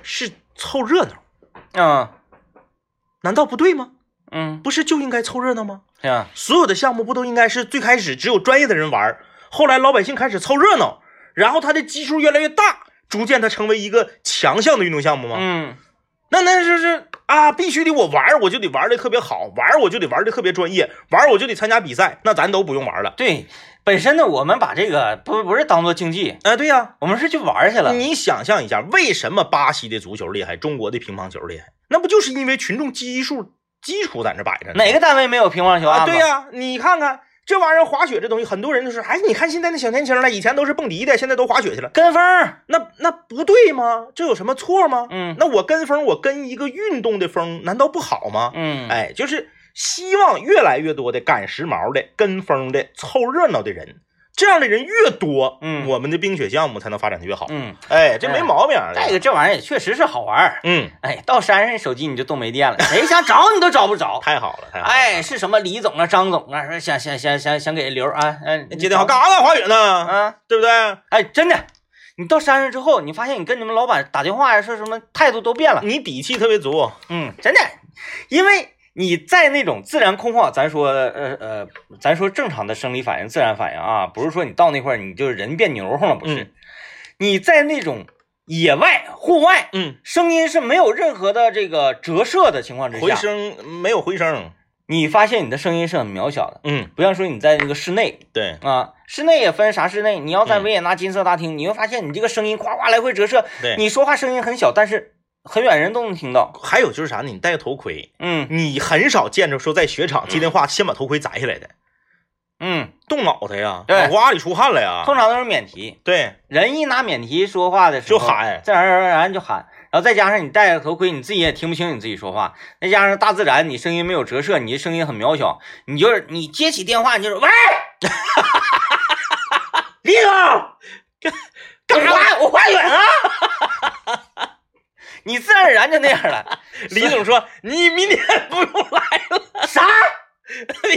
Speaker 2: 是凑热闹，
Speaker 1: 嗯
Speaker 2: 难道不对吗？
Speaker 1: 嗯，啊
Speaker 2: 不是就应该凑热闹吗？
Speaker 1: 这样，
Speaker 2: 所有的项目不都应该是最开始只有专业的人玩儿，后来老百姓开始凑热闹，然后它的基啊数越来越大，逐渐它成为一个强项的运动项目吗？
Speaker 1: 嗯。
Speaker 2: 那那就是啊，必须得我玩儿我就得玩的特别好，玩儿我就得玩的特别专业，玩儿我就得参加比赛，那咱都不用玩了。
Speaker 1: 对，本身呢，我们把这个不不是当做竞技，
Speaker 2: 啊、对呀、
Speaker 1: 我们是去玩儿去了。
Speaker 2: 你想象一下，为什么巴西的足球厉害，中国的乒乓球厉害？那不就是因为群众基数基础在那摆着呢？
Speaker 1: 哪个单位没有乒乓球案
Speaker 2: 啊，
Speaker 1: 子？
Speaker 2: 对呀、你看看这玩意儿滑雪这东西，很多人都说，哎，你看现在那小年轻了，以前都是蹦迪的，现在都滑雪去了，
Speaker 1: 跟风儿。
Speaker 2: 那那不对吗？这有什么错吗？
Speaker 1: 嗯
Speaker 2: 那我跟风，我跟一个运动的风，难道不好吗？
Speaker 1: 嗯，
Speaker 2: 哎，就是希望越来越多的赶时髦的、跟风的、凑热闹的人，这样的人越多，
Speaker 1: 嗯
Speaker 2: 我们的冰雪项目才能发展的越好。
Speaker 1: 嗯，
Speaker 2: 哎，这没
Speaker 1: 哎
Speaker 2: 毛病啊。
Speaker 1: 再一个这玩意儿也确实是好玩儿。
Speaker 2: 嗯，
Speaker 1: 哎，到山上手机你就都没电了，谁想找你都找不着。
Speaker 2: 太好了，太好了。
Speaker 1: 哎，是什么李总啊、张总啊，说想想想想想给刘啊，嗯、
Speaker 2: 接电话干啥呢？滑雪呢？
Speaker 1: 啊？
Speaker 2: 对不对？
Speaker 1: 哎，真的，你到山上之后，你发现你跟你们老板打电话呀，说什么态度都变了。
Speaker 2: 你底气特别足。
Speaker 1: 嗯，真的，因为你在那种自然空旷，咱说呃呃，咱说正常的生理反应、自然反应啊，不是说你到那块儿你就人变牛哄了，不是？
Speaker 2: 嗯
Speaker 1: 你在那种野外、户外，
Speaker 2: 嗯，
Speaker 1: 声音是没有任何的这个折射的情况之
Speaker 2: 回
Speaker 1: 下，
Speaker 2: 声没有回声。
Speaker 1: 你发现你的声音是很渺小的，
Speaker 2: 嗯，
Speaker 1: 不像说你在那个室内，
Speaker 2: 对
Speaker 1: 啊，室内也分啥室内。你要在
Speaker 2: 嗯
Speaker 1: 维也纳金色大厅，你会发现你这个声音夸夸来回折射，
Speaker 2: 对。
Speaker 1: 你说话声音很小，但是很远人都能听到。
Speaker 2: 还有就是啥呢？你戴个头盔，
Speaker 1: 嗯
Speaker 2: 你很少见着说在雪场接电话先把头盔摘下来的，
Speaker 1: 嗯，
Speaker 2: 冻脑袋呀，
Speaker 1: 对
Speaker 2: 脑瓜里出汗了呀。
Speaker 1: 通常都是免提，
Speaker 2: 对，
Speaker 1: 人一拿免提说话的时
Speaker 2: 就
Speaker 1: 候，
Speaker 2: 喊。
Speaker 1: 自然而然就喊。然后再加上你戴着头盔，你自己也听不清你自己说话，再加上大自然，你声音没有折射，你的声音很渺小，你就是你接起电话，你就是喂，李总，干啥？我滑雪呢。 你自然而然就那样了。
Speaker 2: 李总说：“你明天不用来了，
Speaker 1: 啥？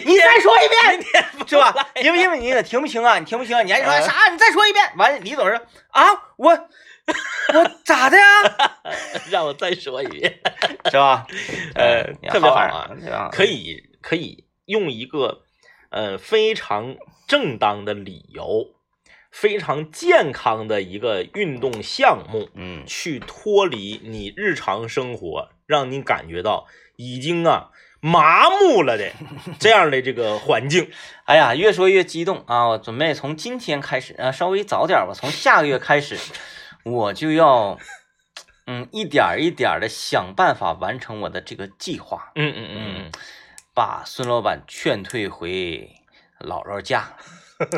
Speaker 1: 你再说一遍，是吧？ 因为因为你也听不清啊，你听不清、啊，你还说
Speaker 2: 嗯
Speaker 1: 啥？你再说一遍。完，了，李总说啊，我我咋 的呀？
Speaker 2: 让我再说一遍。
Speaker 1: 是吧？
Speaker 2: 呃
Speaker 1: 嗯
Speaker 2: 特别好
Speaker 1: 玩
Speaker 2: 啊
Speaker 1: 儿对吧”
Speaker 2: 可以，可以用一个呃非常正当的理由，非常健康的一个运动项目，
Speaker 1: 嗯
Speaker 2: 去脱离你日常生活，让你感觉到已经啊麻木了 的这样的这个环境。，
Speaker 1: 哎呀，越说越激动啊！我准备从今天开始，呃，稍微早点吧，从下个月开 始，我就要，嗯，一点儿一点儿的想办法完成我的这个计划，
Speaker 2: 嗯嗯嗯
Speaker 1: 把孙老板劝退回姥姥家，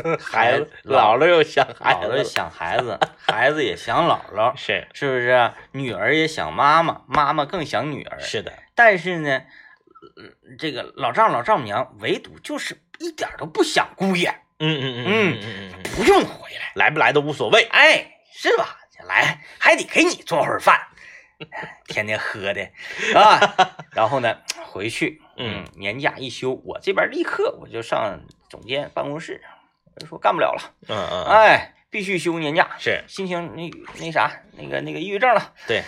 Speaker 2: 嗯，孩子，
Speaker 1: 老
Speaker 2: 姥姥又想孩
Speaker 1: 姥
Speaker 2: 子
Speaker 1: 姥
Speaker 2: 了，
Speaker 1: 想孩子， 孩子也想姥姥，
Speaker 2: 是
Speaker 1: 是不是？女儿也想妈妈，妈妈更想女儿，
Speaker 2: 是的，
Speaker 1: 但是呢，呃这个老丈人老丈母娘唯独就是一点儿都不想姑爷，
Speaker 2: 嗯嗯嗯嗯嗯嗯嗯，
Speaker 1: 不用回来。
Speaker 2: 来不来都无所谓。
Speaker 1: 哎，是吧？来，还得给你做会儿饭，哎天天喝的啊。然后呢，回去，
Speaker 2: 嗯，
Speaker 1: 年假一休，我这边立刻我就上总监办公室，我就说干不了了，
Speaker 2: 嗯嗯，嗯
Speaker 1: 哎，必须休年假，
Speaker 2: 是
Speaker 1: 心情那那啥，那个那个抑郁症了。
Speaker 2: 对。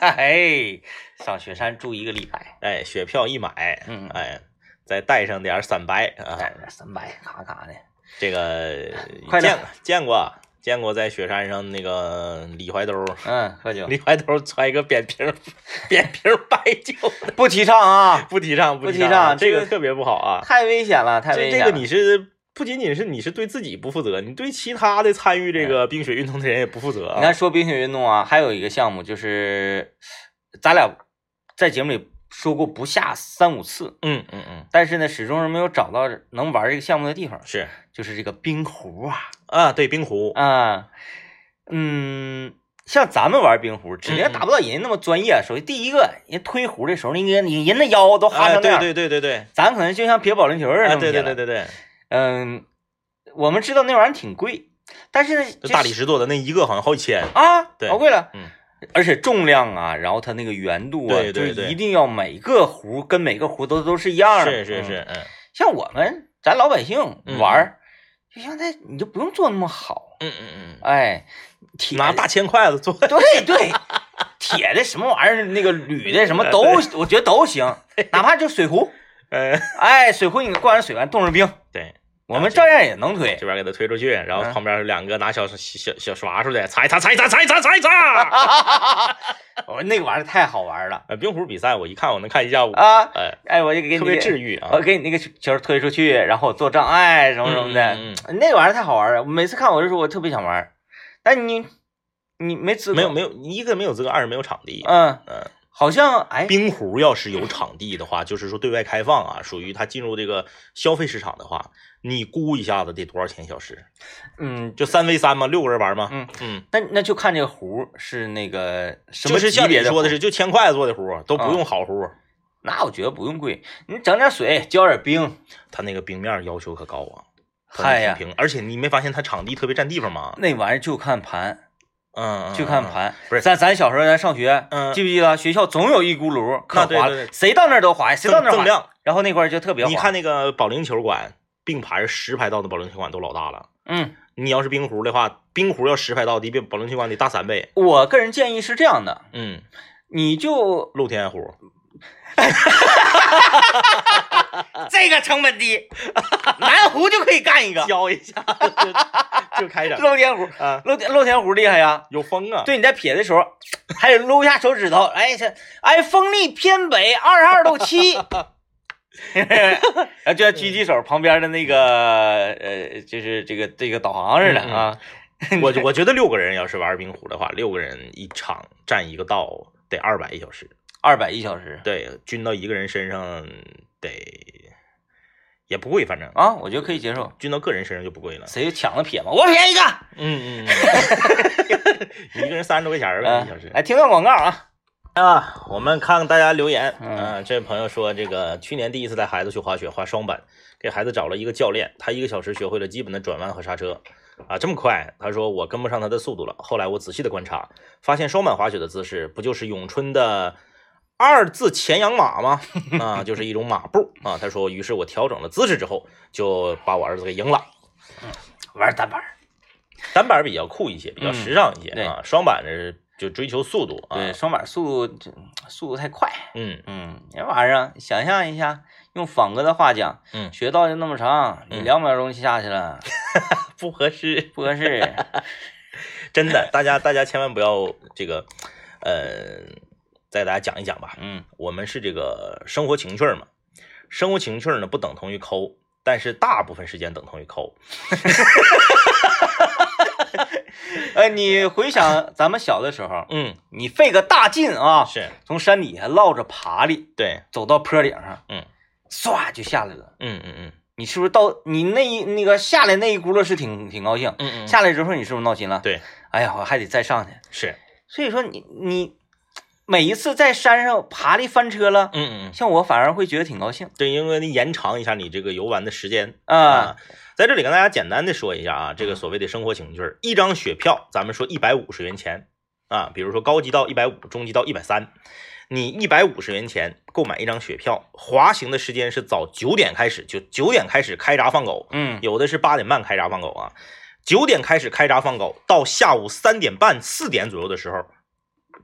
Speaker 1: 哎，上雪山住一个礼拜，
Speaker 2: 哎，雪票一买，
Speaker 1: 嗯
Speaker 2: 哎，再带上点儿散白啊，
Speaker 1: 哎，三百咔咔的，
Speaker 2: 这个
Speaker 1: 快乐
Speaker 2: 见见过见过，在雪山上那个李怀兜儿，
Speaker 1: 嗯，喝酒
Speaker 2: 李怀兜儿揣一个扁瓶儿扁瓶儿白酒，
Speaker 1: 不提倡 啊，
Speaker 2: 不提倡
Speaker 1: 不
Speaker 2: 提
Speaker 1: 提
Speaker 2: 啊
Speaker 1: 倡
Speaker 2: 这
Speaker 1: 这
Speaker 2: 个
Speaker 1: 个
Speaker 2: 特别不好啊。
Speaker 1: 太危险了，太
Speaker 2: 这
Speaker 1: 危险
Speaker 2: 这
Speaker 1: 了。
Speaker 2: 个你是不仅仅是你是对自己不负责，你对其他的参与这个冰雪运动的人也不负责
Speaker 1: 你看，
Speaker 2: 啊。
Speaker 1: 说冰雪运动啊，还有一个项目就是，咱俩在节目里说过不下三五次，
Speaker 2: 嗯嗯嗯，
Speaker 1: 但是呢，始终是没有找到能玩这个项目的地方，
Speaker 2: 是
Speaker 1: 就是这个冰壶啊
Speaker 2: 啊，对冰壶，
Speaker 1: 啊，嗯，像咱们玩冰壶，指定
Speaker 2: 嗯嗯
Speaker 1: 达不到人家那么专业。啊首先第一个，人推壶的时候，那个你人的腰都哈
Speaker 2: 啊，
Speaker 1: 成那
Speaker 2: 对
Speaker 1: 样，
Speaker 2: 对对对对，
Speaker 1: 咱可能就像撇保龄球似的、
Speaker 2: 啊，对对对
Speaker 1: 对，
Speaker 2: 对对，
Speaker 1: 嗯，我们知道那玩意儿挺贵，但是呢，
Speaker 2: 这
Speaker 1: 这
Speaker 2: 大理石做的那一个好像好几千，
Speaker 1: 啊，
Speaker 2: 对
Speaker 1: 老贵了，
Speaker 2: 嗯，
Speaker 1: 而且重量啊，然后它那个圆度啊，
Speaker 2: 对对
Speaker 1: 就
Speaker 2: 对
Speaker 1: 是一定要每个壶跟每个壶都都是一样的，
Speaker 2: 是是是
Speaker 1: 嗯，
Speaker 2: 嗯
Speaker 1: 像我们咱老百姓
Speaker 2: 嗯
Speaker 1: 玩儿，就像那你就不用做那么好，
Speaker 2: 嗯嗯嗯。
Speaker 1: 哎，铁
Speaker 2: 拿大铅筷子 做，
Speaker 1: 对对，铁的什么玩意儿，那个铝的什么都，我觉得都行，哪怕就水壶，哎
Speaker 2: 呃，
Speaker 1: 哎，水壶你灌上水完冻上冰，
Speaker 2: 对，
Speaker 1: 我们照样也能推
Speaker 2: 这。边给他推出去，然后
Speaker 1: 嗯
Speaker 2: 旁边有两个拿小小小小刷刷的擦一擦，擦一擦，擦一擦，擦一擦。
Speaker 1: 我说那个玩意儿太好玩了
Speaker 2: 呃，冰壶比赛我一看我能看一下午，
Speaker 1: 啊！
Speaker 2: 哎，
Speaker 1: 哎，我就给你哦
Speaker 2: 特别治愈啊
Speaker 1: 我。呃给你那个球推出去，然后我做障碍什么什么的，
Speaker 2: 嗯嗯
Speaker 1: 那个玩意儿太好玩了。我每次看我就说我特别想玩儿，但你你没资格，
Speaker 2: 没有没有，一个没有资格，二是没有场地。
Speaker 1: 嗯，
Speaker 2: 嗯，
Speaker 1: 好像哎，
Speaker 2: 冰壶要是有场地的话，就是说对外开放啊，属于它进入这个消费市场的话，你估一下子得多少钱一小时？
Speaker 1: 嗯，
Speaker 2: 就三 v 三嘛，六个人玩嘛。
Speaker 1: 嗯
Speaker 2: 嗯，
Speaker 1: 那那就看这个壶是那个什
Speaker 2: 就
Speaker 1: 么
Speaker 2: 是
Speaker 1: 级
Speaker 2: 像你
Speaker 1: 别
Speaker 2: 说
Speaker 1: 壶，
Speaker 2: 的是，就千块做的壶都不
Speaker 1: 啊
Speaker 2: 用好壶，
Speaker 1: 那我觉得不用贵，你整点水，浇点冰，
Speaker 2: 它那个冰面要求可高啊。它
Speaker 1: 嗨
Speaker 2: 挺
Speaker 1: 呀，
Speaker 2: 平，而且你没发现它场地特别占地方吗？
Speaker 1: 那玩意儿就看盘，
Speaker 2: 嗯，嗯
Speaker 1: 就看。
Speaker 2: 嗯嗯
Speaker 1: 盘。
Speaker 2: 不是
Speaker 1: 咱咱小时候咱上学，
Speaker 2: 嗯
Speaker 1: 记不记得学校总有一轱辘可
Speaker 2: 那对
Speaker 1: 滑
Speaker 2: 对对，
Speaker 1: 谁到那儿都滑，谁到那
Speaker 2: 锃
Speaker 1: 儿
Speaker 2: 锃
Speaker 1: 滑，
Speaker 2: 亮，
Speaker 1: 然后那块儿就特别滑。
Speaker 2: 你，看那个保龄球馆并排十排道的保龄球馆都老大了。
Speaker 1: 嗯。
Speaker 2: 你要是冰壶的话，冰壶要十排道的，比保龄球馆得大三倍。
Speaker 1: 我个人建议是这样的，
Speaker 2: 嗯，
Speaker 1: 你就
Speaker 2: 露天 壶，
Speaker 1: 这个成本低，南湖就可以干一个
Speaker 2: 浇一下 就就 开整
Speaker 1: 露天湖，
Speaker 2: 啊，
Speaker 1: 露天露天湖厉害呀。
Speaker 2: 有风啊，
Speaker 1: 对，你在撇的时候，还得撸一下手指头，哎，这哎，风力偏北二十二度 七，啊，就像狙击手旁边的那个呃，就是这个这个导航似的
Speaker 2: 嗯嗯
Speaker 1: 啊，
Speaker 2: 我我觉得六个人要是玩冰壶的话，六个人一场占一个道得二百一小时，
Speaker 1: 二百一小时
Speaker 2: 对，均到一个人身上得也不贵，反正
Speaker 1: 啊，我觉得可以接受。
Speaker 2: 均到个人身上就不贵了。
Speaker 1: 谁抢了撇嘛？我撇一个，
Speaker 2: 嗯嗯，嗯 一个人三十多块钱儿呗，一小时
Speaker 1: 嗯，。来听段广告啊，
Speaker 2: 啊，我们看看大家留言。
Speaker 1: 嗯
Speaker 2: 啊，这位朋友说，这个去年第一次带孩子去滑雪，滑双板，给孩子找了一个教练，他一个小时学会了基本的转弯和刹车。啊，这么快？他说我跟不上他的速度了。后来我仔细的观察，发现双板滑雪的姿势不就是咏春的二字前仰马 吗？啊，就是一种马步啊。他说，于是我调整了姿势之后，就把我儿子给赢了。
Speaker 1: 玩单板儿，
Speaker 2: 单板比较酷一些，比较时尚一些、
Speaker 1: 嗯对
Speaker 2: 啊，双板呢就追求速度啊。
Speaker 1: 对，双板速度速度太快。
Speaker 2: 嗯
Speaker 1: 嗯，这玩意儿啊，想象一下，用仿哥的话讲，
Speaker 2: 嗯，
Speaker 1: 学道就那么长，你
Speaker 2: 嗯
Speaker 1: 两秒钟就下去了，
Speaker 2: 不合适。
Speaker 1: 不合 适。
Speaker 2: 真的，大家大家千万不要这个，呃，再给大家讲一讲吧。
Speaker 1: 嗯
Speaker 2: 我们是这个生活情趣儿嘛，生活情趣儿呢不等同于抠，但是大部分时间等同于抠。
Speaker 1: 呃，你回想咱们小的时候，
Speaker 2: 嗯，
Speaker 1: 你费个大劲啊，
Speaker 2: 是
Speaker 1: 从山底下落着爬里
Speaker 2: 对，
Speaker 1: 走到坡顶上，
Speaker 2: 嗯，
Speaker 1: 唰就下来了。
Speaker 2: 嗯嗯嗯
Speaker 1: 你是不是到你那一那个下来那一轱辘是挺挺高兴？
Speaker 2: 嗯嗯下
Speaker 1: 下来之后你是不是闹心了？
Speaker 2: 对，
Speaker 1: 哎呀，我还得再上去。
Speaker 2: 是，
Speaker 1: 所以说你你每一次在山上爬里翻车了，
Speaker 2: 嗯嗯嗯，
Speaker 1: 像我反而会觉得挺高兴
Speaker 2: 对，因为你延长一下你这个游玩的时间。
Speaker 1: 啊。，
Speaker 2: 在这里跟大家简单的说一下啊，这个所谓的生活情趣儿，一张雪票，咱们说一百五十元钱啊，比如说高级到一百五，中级到一百三，你一百五十元钱购买一张雪票，滑行的时间是早九点开始，就九点开始开闸放狗，
Speaker 1: 嗯，
Speaker 2: 有的是八点半开闸放狗啊，九点开始开闸放狗，到下午三点半四点左右的时候，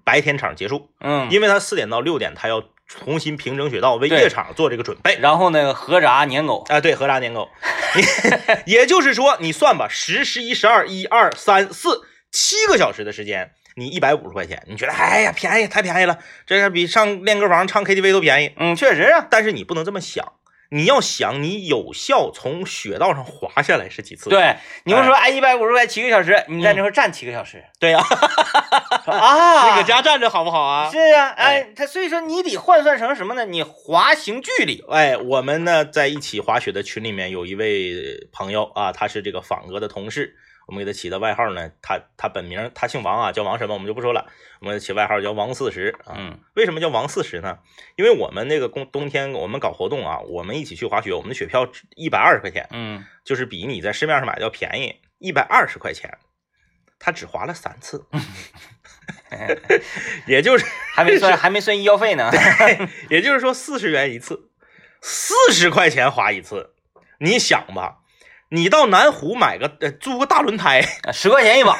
Speaker 2: 白天场结束，
Speaker 1: 嗯，
Speaker 2: 因为它四点到六点它要重新平整雪道，为
Speaker 1: 对
Speaker 2: 夜场做这个准备。
Speaker 1: 然后呢，合闸撵狗，
Speaker 2: 啊，对，河闸撵狗，你 也就是说，你算吧，十、十一、十二、一二三四，七个小时的时间，你一百五十块钱，你觉得哎呀便宜，太便宜了，这个比上练歌房、唱 KTV 都便宜。
Speaker 1: 嗯，确实啊，
Speaker 2: 但是你不能这么想，你要想你有效从雪道上滑下来是几次？
Speaker 1: 对，你们说哎，嗯一百五十块七个小时，你在那块站七个小 时
Speaker 2: 对 呀、
Speaker 1: 啊
Speaker 2: 你搁家站着好不好 啊？
Speaker 1: 是啊，哎，他所以说你得换算成什么呢？你滑行距离，
Speaker 2: 哎，我们呢在一起滑雪的群里面有一位朋友啊，他是这个仿哥的同事，我们给他起的外号呢，他他本名他姓王啊，叫王什么我们就不说了，我们起外号叫王四十啊。
Speaker 1: 嗯
Speaker 2: 为什么叫王四十呢？因为我们那个冬冬天我们搞活动啊，我们一起去滑雪，我们的雪票一百二十块钱，
Speaker 1: 嗯，
Speaker 2: 就是比你在市面上买的要便宜一百二十块钱。他只滑了三 次， 也就是
Speaker 1: 还没 算还没算医药费呢，
Speaker 2: 也就是说四十元一次，四十块钱滑一次，你想吧，你到南湖买个呃租个大轮胎，
Speaker 1: 十块 钱一把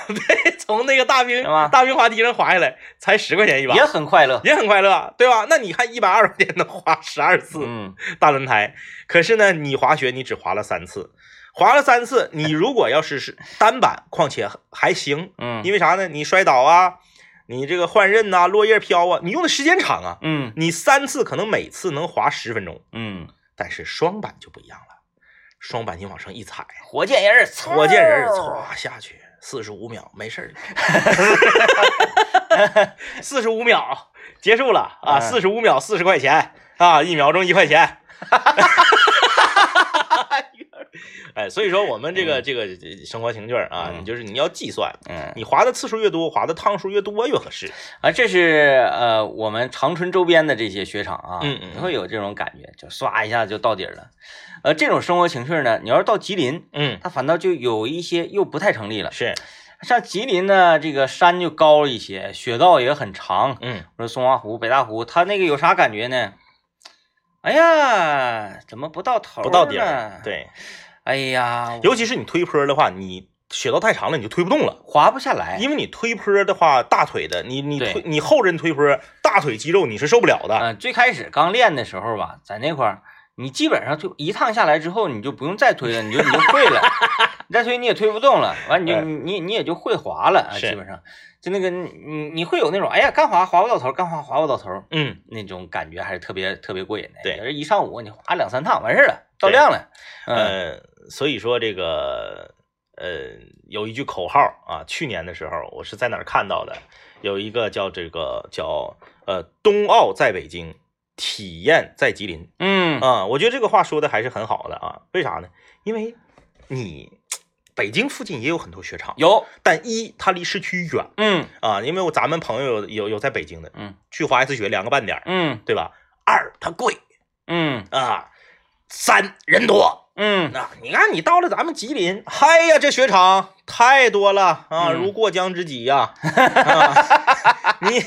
Speaker 2: 从那个大冰
Speaker 1: 是吧
Speaker 2: 大冰滑梯上滑下来，才十块钱一把，
Speaker 1: 也很快乐，
Speaker 2: 也很快乐，啊对吧？那你看一百二十块钱能滑十二次
Speaker 1: 嗯
Speaker 2: 大轮胎，可是呢，你滑雪你只滑了三次，划了三次。你如果要是是单板，况且还行，
Speaker 1: 嗯
Speaker 2: 因为啥呢？你摔倒啊，你这个换刃呐、落叶飘啊，你用的时间长啊。
Speaker 1: 嗯
Speaker 2: 你三次可能每次能滑十分钟，
Speaker 1: 嗯，
Speaker 2: 但是双板就不一样了。双板你往上一踩，
Speaker 1: 火箭人儿，嗖
Speaker 2: 火箭人儿唰下去，四十五秒没事儿， 四十五秒结束了啊，
Speaker 1: 嗯
Speaker 2: 四十五秒四十块钱啊，一秒钟一块钱。哎，所以说我们这个这个生活情趣儿啊，
Speaker 1: 嗯
Speaker 2: 你就是你要计算，
Speaker 1: 嗯
Speaker 2: 你划的次数越多，划的趟数越多越合适。
Speaker 1: 啊，这是呃我们长春周边的这些雪场啊，
Speaker 2: 嗯嗯嗯
Speaker 1: 你会有这种感觉，就唰一下就到底儿了。呃，这种生活情趣呢，你要是到吉林，
Speaker 2: 嗯，
Speaker 1: 它反倒就有一些又不太成立了。
Speaker 2: 是，
Speaker 1: 像吉林呢，这个山就高一些，雪道也很长，
Speaker 2: 嗯
Speaker 1: 说松花湖、北大湖，它那个有啥感觉呢？哎呀，怎么不到头儿
Speaker 2: 不到底
Speaker 1: 呢
Speaker 2: 儿，，对。
Speaker 1: 哎呀，
Speaker 2: 尤其是你推坡的话，你雪道太长了，你就推不动了。
Speaker 1: 滑不下来，
Speaker 2: 因为你推坡的话，大腿的你你
Speaker 1: 哎对
Speaker 2: 推你后刃推坡，大腿肌肉你是受不了的。
Speaker 1: 嗯，最开始刚练的时候吧，在那块儿，你基本上就一趟下来之后，你就不用再推了，你就你就会 了，你再推你也推不动了，完你就
Speaker 2: 哎
Speaker 1: 你你你也就会滑了啊，
Speaker 2: 是
Speaker 1: 基本上就那个你你你会有那种哎呀干滑滑不到头儿，干滑滑不到头儿
Speaker 2: 嗯，
Speaker 1: 那种感觉，还是特别特别过瘾的。
Speaker 2: 对
Speaker 1: 也是一上午你滑两三趟完事儿了，照
Speaker 2: 对
Speaker 1: 亮了。嗯
Speaker 2: 呃，所以说这个呃有一句口号啊，去年的时候我是在哪儿看到的，有一个叫这个叫呃冬奥在北京，体验在吉林。
Speaker 1: 嗯
Speaker 2: 啊、我觉得这个话说的还是很好的啊。为啥呢？因为你北京附近也有很多雪场，
Speaker 1: 有
Speaker 2: 但一它离市区远。
Speaker 1: 嗯
Speaker 2: 啊，因为我咱们朋友有有有在北京的，
Speaker 1: 嗯，
Speaker 2: 去滑一次雪两个半点儿，
Speaker 1: 嗯
Speaker 2: 对吧？二它贵
Speaker 1: 嗯
Speaker 2: 啊，三人多。
Speaker 1: 嗯
Speaker 2: 啊、你看你到了咱们吉林，嗨呀，这雪场太多了啊，
Speaker 1: 嗯
Speaker 2: 如过江之鲫 呀、啊你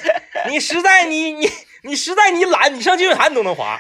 Speaker 2: 你实在你你你实在你懒，你上积水潭你都能滑。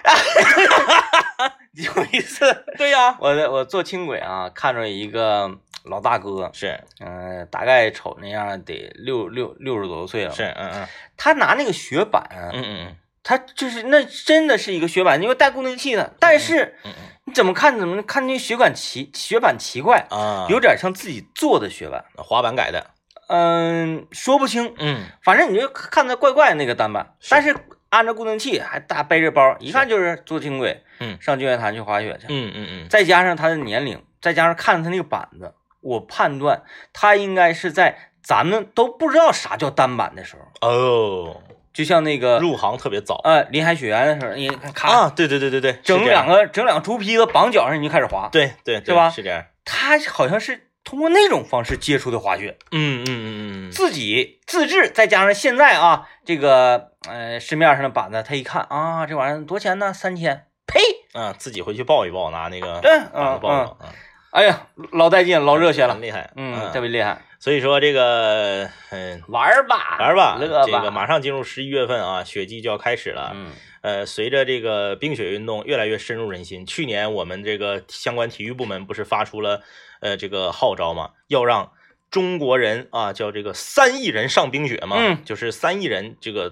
Speaker 1: 有一次
Speaker 2: 哎对呀、
Speaker 1: 我在我坐轻轨啊，看着一个老大哥，
Speaker 2: 是
Speaker 1: 嗯、大概瞅那样得六六六十多岁了吧。
Speaker 2: 是，嗯嗯
Speaker 1: 他拿那个雪板啊，
Speaker 2: 嗯嗯
Speaker 1: 他就是那真的是一个雪板，因为带固定器的。但是
Speaker 2: 嗯嗯
Speaker 1: 你怎么看怎么看那雪板奇雪板奇怪，
Speaker 2: 嗯啊，
Speaker 1: 有点像自己做的雪板。
Speaker 2: 滑板改的，
Speaker 1: 嗯，说不清，
Speaker 2: 嗯，
Speaker 1: 反正你就看着怪怪那个单板，
Speaker 2: 是
Speaker 1: 但是按照固定器还大背着包，一看就是坐轻轨，
Speaker 2: 嗯
Speaker 1: 上积月潭去滑雪去。
Speaker 2: 嗯嗯嗯，
Speaker 1: 再加上他的年龄，再加上看他那个板子，我判断他应该是在咱们都不知道啥叫单板的时候，
Speaker 2: 哦，
Speaker 1: 就像那个
Speaker 2: 入行特别早
Speaker 1: 呃林海雪原的时候，你咔、
Speaker 2: 啊，对对对对对，是
Speaker 1: 整
Speaker 2: 这样
Speaker 1: 两个整两个猪皮子绑脚上你就开始滑，
Speaker 2: 对对
Speaker 1: 是吧
Speaker 2: 是这样。
Speaker 1: 他好像是通过那种方式接触的滑雪，
Speaker 2: 嗯嗯嗯嗯嗯，
Speaker 1: 自己自制，再加上现在啊这个呃市面上的板子，他一看啊这玩意儿多少钱呢？三千，呸，
Speaker 2: 啊，自己回去抱一抱，拿那个哎
Speaker 1: 嗯
Speaker 2: 拿
Speaker 1: 嗯
Speaker 2: 个抱
Speaker 1: 嗯，
Speaker 2: 一抱，啊
Speaker 1: 哎呀老带劲，老热血了
Speaker 2: 很，厉害，啊
Speaker 1: 嗯，特别厉害，
Speaker 2: 所以说这个，嗯，
Speaker 1: 玩儿吧
Speaker 2: 玩儿吧，
Speaker 1: 乐
Speaker 2: 这
Speaker 1: 吧，
Speaker 2: 个马上进入十一月份啊，雪季就要开始了。
Speaker 1: 嗯
Speaker 2: 呃，随着这个冰雪运动越来越深入人心，去年我们这个相关体育部门不是发出了呃这个号召嘛，要让中国人啊叫这个三亿人上冰雪嘛，
Speaker 1: 嗯
Speaker 2: 就是三亿人这个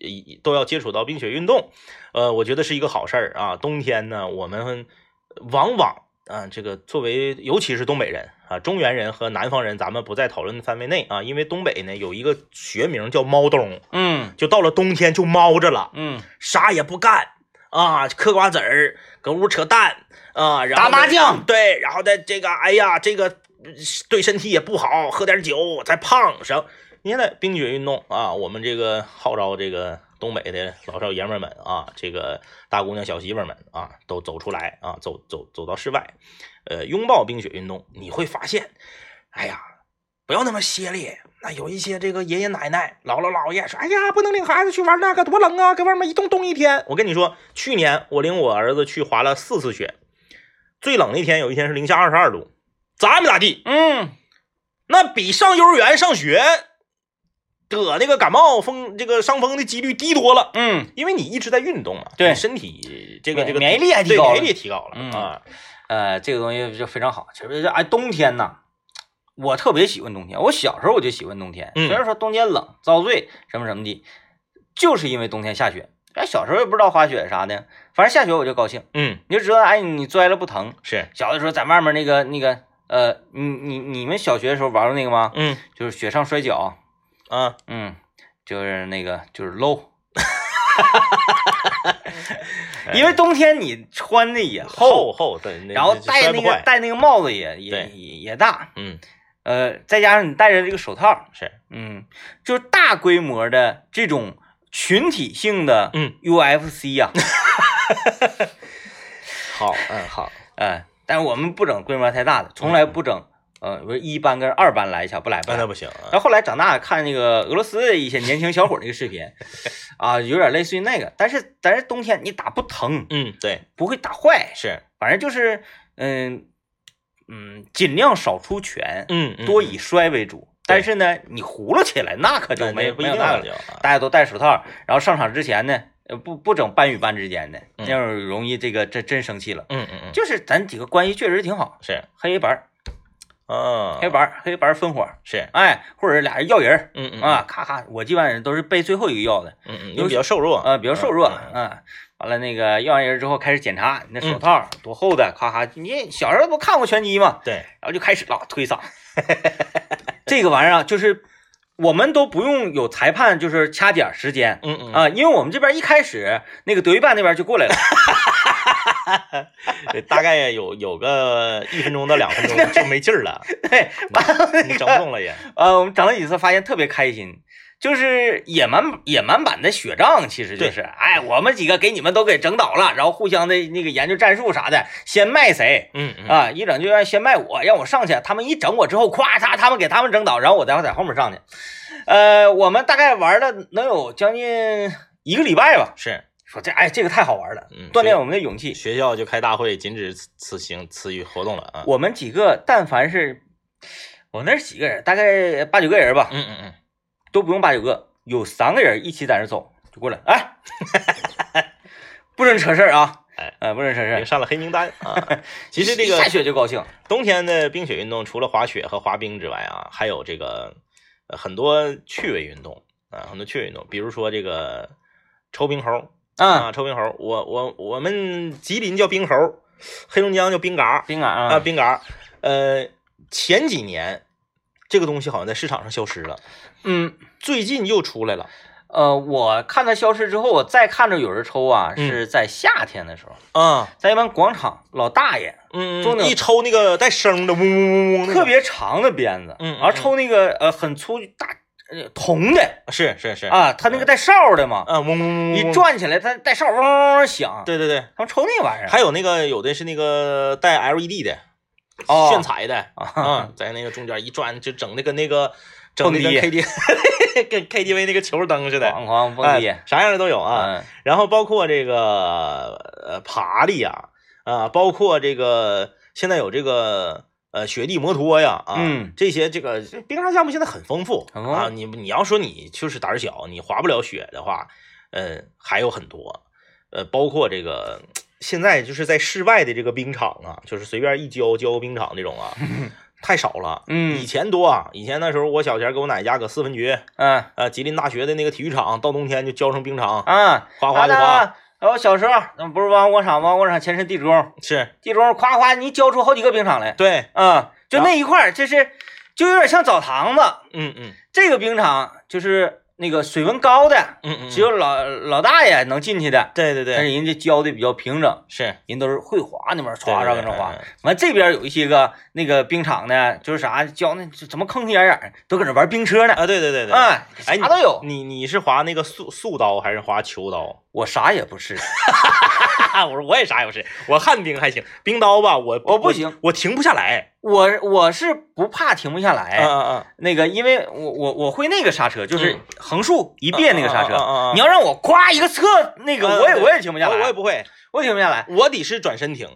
Speaker 2: 呃一都要接触到冰雪运动，呃，我觉得是一个好事儿啊。冬天呢，我们往往啊，这个作为尤其是东北人啊，中原人和南方人，咱们不在讨论的范围内啊，因为东北呢有一个学名叫猫冬，
Speaker 1: 嗯
Speaker 2: 就到了冬天就猫着了。
Speaker 1: 嗯，
Speaker 2: 啥也不干啊，嗑瓜子儿，搁屋扯淡啊，然后
Speaker 1: 打麻
Speaker 2: 呢
Speaker 1: 将，
Speaker 2: 对，然后再这个，哎呀，这个嗯对身体也不好，喝点酒再胖上。你现在冰雪运动啊，我们这个号召这个东北的老少爷们儿们啊，这个大姑娘小媳妇儿们啊，都走出来啊，走走走到室外，呃，拥抱冰雪运动，你会发现，哎呀，不要那么歇力。那有一些这个爷爷奶奶、姥姥姥爷说：“哎呀，不能领孩子去玩那个，多冷啊，搁外面一冻冻一天。”我跟你说，去年我领我儿子去滑了四次雪，最冷的一天有一天是零下二十二度，咋也没咋地，
Speaker 1: 嗯，
Speaker 2: 那比上幼儿园上学得那个感冒风这个伤风的几率低多了。
Speaker 1: 嗯，
Speaker 2: 因为你一直在运动嘛，
Speaker 1: 对
Speaker 2: 你身体这个
Speaker 1: 免
Speaker 2: 这个
Speaker 1: 免疫力还提
Speaker 2: 对
Speaker 1: 高了
Speaker 2: 免疫力提高了、
Speaker 1: 嗯
Speaker 2: 啊。
Speaker 1: 呃，这个东西就非常好。其实哎，冬天呐，我特别喜欢冬天。我小时候我就喜欢冬天，
Speaker 2: 嗯
Speaker 1: 虽然说冬天冷、遭罪什么什么的，就是因为冬天下雪。哎，小时候也不知道滑雪啥的，反正下雪我就高兴，
Speaker 2: 嗯，
Speaker 1: 你就知道，哎，你摔了不疼。
Speaker 2: 是，
Speaker 1: 小的时候在外面那个那个，呃，你你你们小学的时候玩过那个吗？
Speaker 2: 嗯
Speaker 1: 就是雪上摔跤，
Speaker 2: 啊，
Speaker 1: 嗯，就是那个就是搂，因为冬天你穿的也厚，
Speaker 2: 厚厚对，那
Speaker 1: 然后
Speaker 2: 那
Speaker 1: 戴
Speaker 2: 摔
Speaker 1: 那
Speaker 2: 不
Speaker 1: 个
Speaker 2: 坏，
Speaker 1: 戴那个帽子也也
Speaker 2: 对
Speaker 1: 也也大，
Speaker 2: 嗯，
Speaker 1: 呃，再加上你戴着这个手套，
Speaker 2: 是，
Speaker 1: 嗯，就是大规模的这种群体性的
Speaker 2: 嗯
Speaker 1: UFC 呀、
Speaker 2: 好，嗯好，
Speaker 1: 哎，但是我们不整规模太大的，从来不整，呃，不是一班跟二班来一下，不来不
Speaker 2: 嗯那
Speaker 1: 来
Speaker 2: 那。不行啊，
Speaker 1: 然后后来长大看那个俄罗斯的一些年轻小伙儿那个视 频，啊，有点类似于那个，但是但是冬天你打不疼，
Speaker 2: 嗯，对，
Speaker 1: 不会打坏，
Speaker 2: 是，
Speaker 1: 反正就是，嗯嗯，尽量少出拳，
Speaker 2: 嗯，嗯
Speaker 1: 多
Speaker 2: 嗯
Speaker 1: 以摔为主。但是呢，你葫芦起来那可
Speaker 2: 那
Speaker 1: 就没
Speaker 2: 那不一
Speaker 1: 没
Speaker 2: 定
Speaker 1: 有那个
Speaker 2: 了
Speaker 1: 了，
Speaker 2: 就啊，
Speaker 1: 大家都戴手套，然后上场之前呢，呃，不不整班与班之间的，那
Speaker 2: 嗯
Speaker 1: 样容易这个真真生气了。
Speaker 2: 嗯嗯嗯，
Speaker 1: 就是咱几个关系确实挺好，
Speaker 2: 是，
Speaker 1: 黑白儿
Speaker 2: 啊，
Speaker 1: 黑白儿黑白儿分伙，
Speaker 2: 是，
Speaker 1: 哎，或者是俩人要人儿
Speaker 2: 嗯嗯，
Speaker 1: 啊，咔咔，我基本上都是被最后一个要的，
Speaker 2: 嗯嗯，
Speaker 1: 尤
Speaker 2: 又比较瘦弱，
Speaker 1: 呃，比较瘦弱，
Speaker 2: 嗯嗯
Speaker 1: 啊，完了那个要完人之后开始检查你那手套多厚的，咔咔，你小时候不看过拳击吗？
Speaker 2: 对，
Speaker 1: 然后就开始了推搡， 这个玩意儿啊，就是我们都不用有裁判，就是掐点儿时间，
Speaker 2: 嗯嗯，
Speaker 1: 啊，因为我们这边一开始那个德育办那边就过 来了，
Speaker 2: 对大概有有个一分钟到两分钟就没劲儿了，
Speaker 1: 对，
Speaker 2: 你整不动了也，
Speaker 1: 呃，我们整了几次，发现特别开心，就是野蛮野蛮版的雪仗，其实就
Speaker 2: 对
Speaker 1: 是，哎，我们几个给你们都给整倒了，然后互相的那个研究战术啥的，先卖谁
Speaker 2: 嗯嗯，
Speaker 1: 啊，一整就让先卖我，让我上去，他们一整我之后，咵嚓，他们给他们整倒，然后我再在后面上去，呃，我们大概玩了能有将近一个礼拜吧，
Speaker 2: 是，
Speaker 1: 说这哎这个太好玩了，
Speaker 2: 嗯，
Speaker 1: 锻炼
Speaker 2: 所
Speaker 1: 我们的勇气
Speaker 2: 以。学校就开大会，禁止此此行此一活动了啊，
Speaker 1: 我们几个但凡是我那儿几个人，大概八九个人吧，
Speaker 2: 嗯嗯嗯，
Speaker 1: 都不用八九个，有三个人一起在那儿走，就过来，哎， 不准扯事儿啊，
Speaker 2: 哎，
Speaker 1: 呃，不准扯事
Speaker 2: 已经
Speaker 1: 儿。
Speaker 2: 上了黑名单 啊。其实这
Speaker 1: 一下
Speaker 2: 个
Speaker 1: 雪就高兴，
Speaker 2: 冬天的冰雪运动，除了滑雪和滑冰之外啊，还有这个呃很多趣味运动啊，很多趣味运动，比如说这个抽冰猴
Speaker 1: 嗯，
Speaker 2: 啊，抽冰猴，我我我们吉林叫冰猴，黑龙江叫冰嘎
Speaker 1: 冰感
Speaker 2: 啊，
Speaker 1: 啊，
Speaker 2: 冰嘎，呃，前几年这个东西好像在市场上消失了，
Speaker 1: 嗯，
Speaker 2: 最近又出来了，
Speaker 1: 呃，我看它消失之后，我再看着有人抽啊，
Speaker 2: 嗯
Speaker 1: 是在夏天的时候，
Speaker 2: 啊，
Speaker 1: 在一般广场，老大爷
Speaker 2: 嗯，
Speaker 1: 中等
Speaker 2: 一抽那个带声的，嗡嗡嗡嗡，
Speaker 1: 特别长的鞭子，
Speaker 2: 嗯嗯嗯
Speaker 1: 然后抽那个呃很粗大呃铜的
Speaker 2: 是是是，
Speaker 1: 啊，他那个带哨的嘛，
Speaker 2: 啊，嗡嗡嗡，嗡
Speaker 1: 一，转起来它带哨嗡嗡嗡响，
Speaker 2: 对对对。
Speaker 1: 他们抽那玩意儿，
Speaker 2: 还有那个有的是那个带 LED 的，
Speaker 1: 哦
Speaker 2: 炫彩的
Speaker 1: 啊，
Speaker 2: 啊，在那个中间一转就整那个那个整
Speaker 1: 蹦
Speaker 2: 那个
Speaker 1: 迪
Speaker 2: KTV 跟 KTV 那个球灯似的，
Speaker 1: 哐哐蹦迪
Speaker 2: 哎啥样的都有啊。
Speaker 1: 啊，
Speaker 2: 然后包括这个呃爬的呀，啊，包括这个现在有这个。呃，雪地摩托呀，啊，
Speaker 1: 嗯
Speaker 2: 这些这个这冰上项目现在很丰富
Speaker 1: 很丰富
Speaker 2: 啊。你你要说你就是胆儿小，你滑不了雪的话，呃，还有很多，呃，包括这个现在就是在室外的这个冰场啊，就是随便一浇浇个冰场这 种啊，太少了。以
Speaker 1: 嗯
Speaker 2: 前多啊，以前那时候我小前儿跟我奶家搁四分局，
Speaker 1: 嗯
Speaker 2: 呃，吉林大学的那个体育场，到冬天就浇成冰场，
Speaker 1: 啊，
Speaker 2: 哗哗就
Speaker 1: 完
Speaker 2: 滑，
Speaker 1: 了。然后小时候，那不是王广场，王广场前身地主，
Speaker 2: 是
Speaker 1: 地主夸夸你教出好几个冰场来，
Speaker 2: 对，
Speaker 1: 啊，就那一块儿，这是就有点像澡堂子。
Speaker 2: 嗯嗯
Speaker 1: 这个冰场就是那个水温高的，
Speaker 2: 嗯嗯，
Speaker 1: 只有老老大爷能进去的，
Speaker 2: 对对
Speaker 1: 但
Speaker 2: 对，
Speaker 1: 是人家教的比较平整，
Speaker 2: 是
Speaker 1: 人都是会滑那边
Speaker 2: 对
Speaker 1: 歘
Speaker 2: 对
Speaker 1: 上跟着
Speaker 2: 对
Speaker 1: 滑
Speaker 2: 嗯嗯。
Speaker 1: 完这边有一些个那个冰场呢，就是啥教那怎么吭哧眼眼儿都搁那玩冰车呢，
Speaker 2: 啊，对对对对，
Speaker 1: 啊，
Speaker 2: 哎，
Speaker 1: 啥都有。
Speaker 2: 你你是滑那个速速刀还是滑球刀？
Speaker 1: 我啥也不是，
Speaker 2: 我说我也啥也不是，我旱冰还行，冰刀吧，我
Speaker 1: 我不行，
Speaker 2: 我停不下来。
Speaker 1: 我我是不怕停不下来，
Speaker 2: 嗯嗯嗯，
Speaker 1: 那个因为我我我会那个刹车，就是
Speaker 2: 嗯
Speaker 1: 横竖一别那个刹车。
Speaker 2: 啊啊啊啊啊
Speaker 1: 你要让我夸一个侧那个，
Speaker 2: 嗯
Speaker 1: 我也、
Speaker 2: 对
Speaker 1: 我也停不下
Speaker 2: 我
Speaker 1: 来，
Speaker 2: 我也不会，
Speaker 1: 我停不下来。
Speaker 2: 我得是转身停，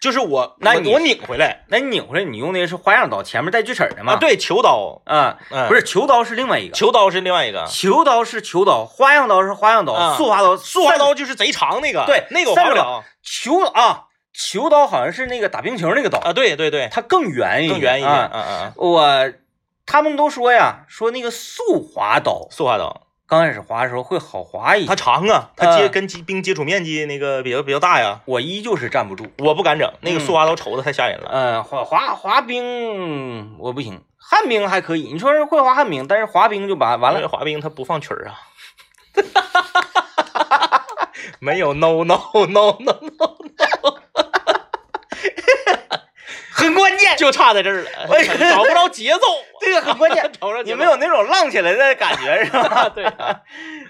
Speaker 2: 就是我
Speaker 1: 那
Speaker 2: 我
Speaker 1: 你
Speaker 2: 我拧回来
Speaker 1: 那你拧回来，你用的是花样刀，前面带锯齿儿的嘛？
Speaker 2: 啊，，对，球刀，
Speaker 1: 啊、
Speaker 2: 嗯，
Speaker 1: 不是球刀是另外一个，
Speaker 2: 球刀是另外一个，
Speaker 1: 球刀是球刀，花样刀是花样刀，
Speaker 2: 啊
Speaker 1: 速滑刀
Speaker 2: 速滑刀就是贼长那个，
Speaker 1: 对
Speaker 2: 那个我
Speaker 1: 三
Speaker 2: 滑
Speaker 1: 个
Speaker 2: 不了
Speaker 1: 球啊，球刀好像是那个打冰球那个刀，
Speaker 2: 啊，对对对，
Speaker 1: 它更圆一点，
Speaker 2: 更圆一点，
Speaker 1: 啊
Speaker 2: 嗯嗯嗯，
Speaker 1: 我他们都说呀，说那个速滑刀
Speaker 2: 速滑刀，
Speaker 1: 刚开始滑的时候会好滑一些，
Speaker 2: 它长啊，它接
Speaker 1: 呃
Speaker 2: 跟机冰接触面积那个比较比较大呀，
Speaker 1: 我依旧是站不住。
Speaker 2: 我不敢整，那个
Speaker 1: 嗯
Speaker 2: 速滑刀瞅着太吓人了。
Speaker 1: 呃，滑滑滑冰我不行，旱冰还可以。你说是会滑旱冰，但是滑冰就完完
Speaker 2: 因为
Speaker 1: 了。
Speaker 2: 滑冰它不放曲儿啊。 没有 no no no no，
Speaker 1: 很关键，
Speaker 2: 就差在这儿了，找不着节奏，，
Speaker 1: 这个很关键
Speaker 2: 找不着节
Speaker 1: 你
Speaker 2: 奏。
Speaker 1: 没有那种浪起来的感觉是吧？
Speaker 2: 啊？对啊，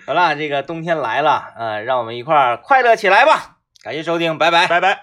Speaker 1: 好了，这个冬天来了，呃，让我们一块儿快乐起来吧！感谢收听，拜拜。
Speaker 2: 拜拜。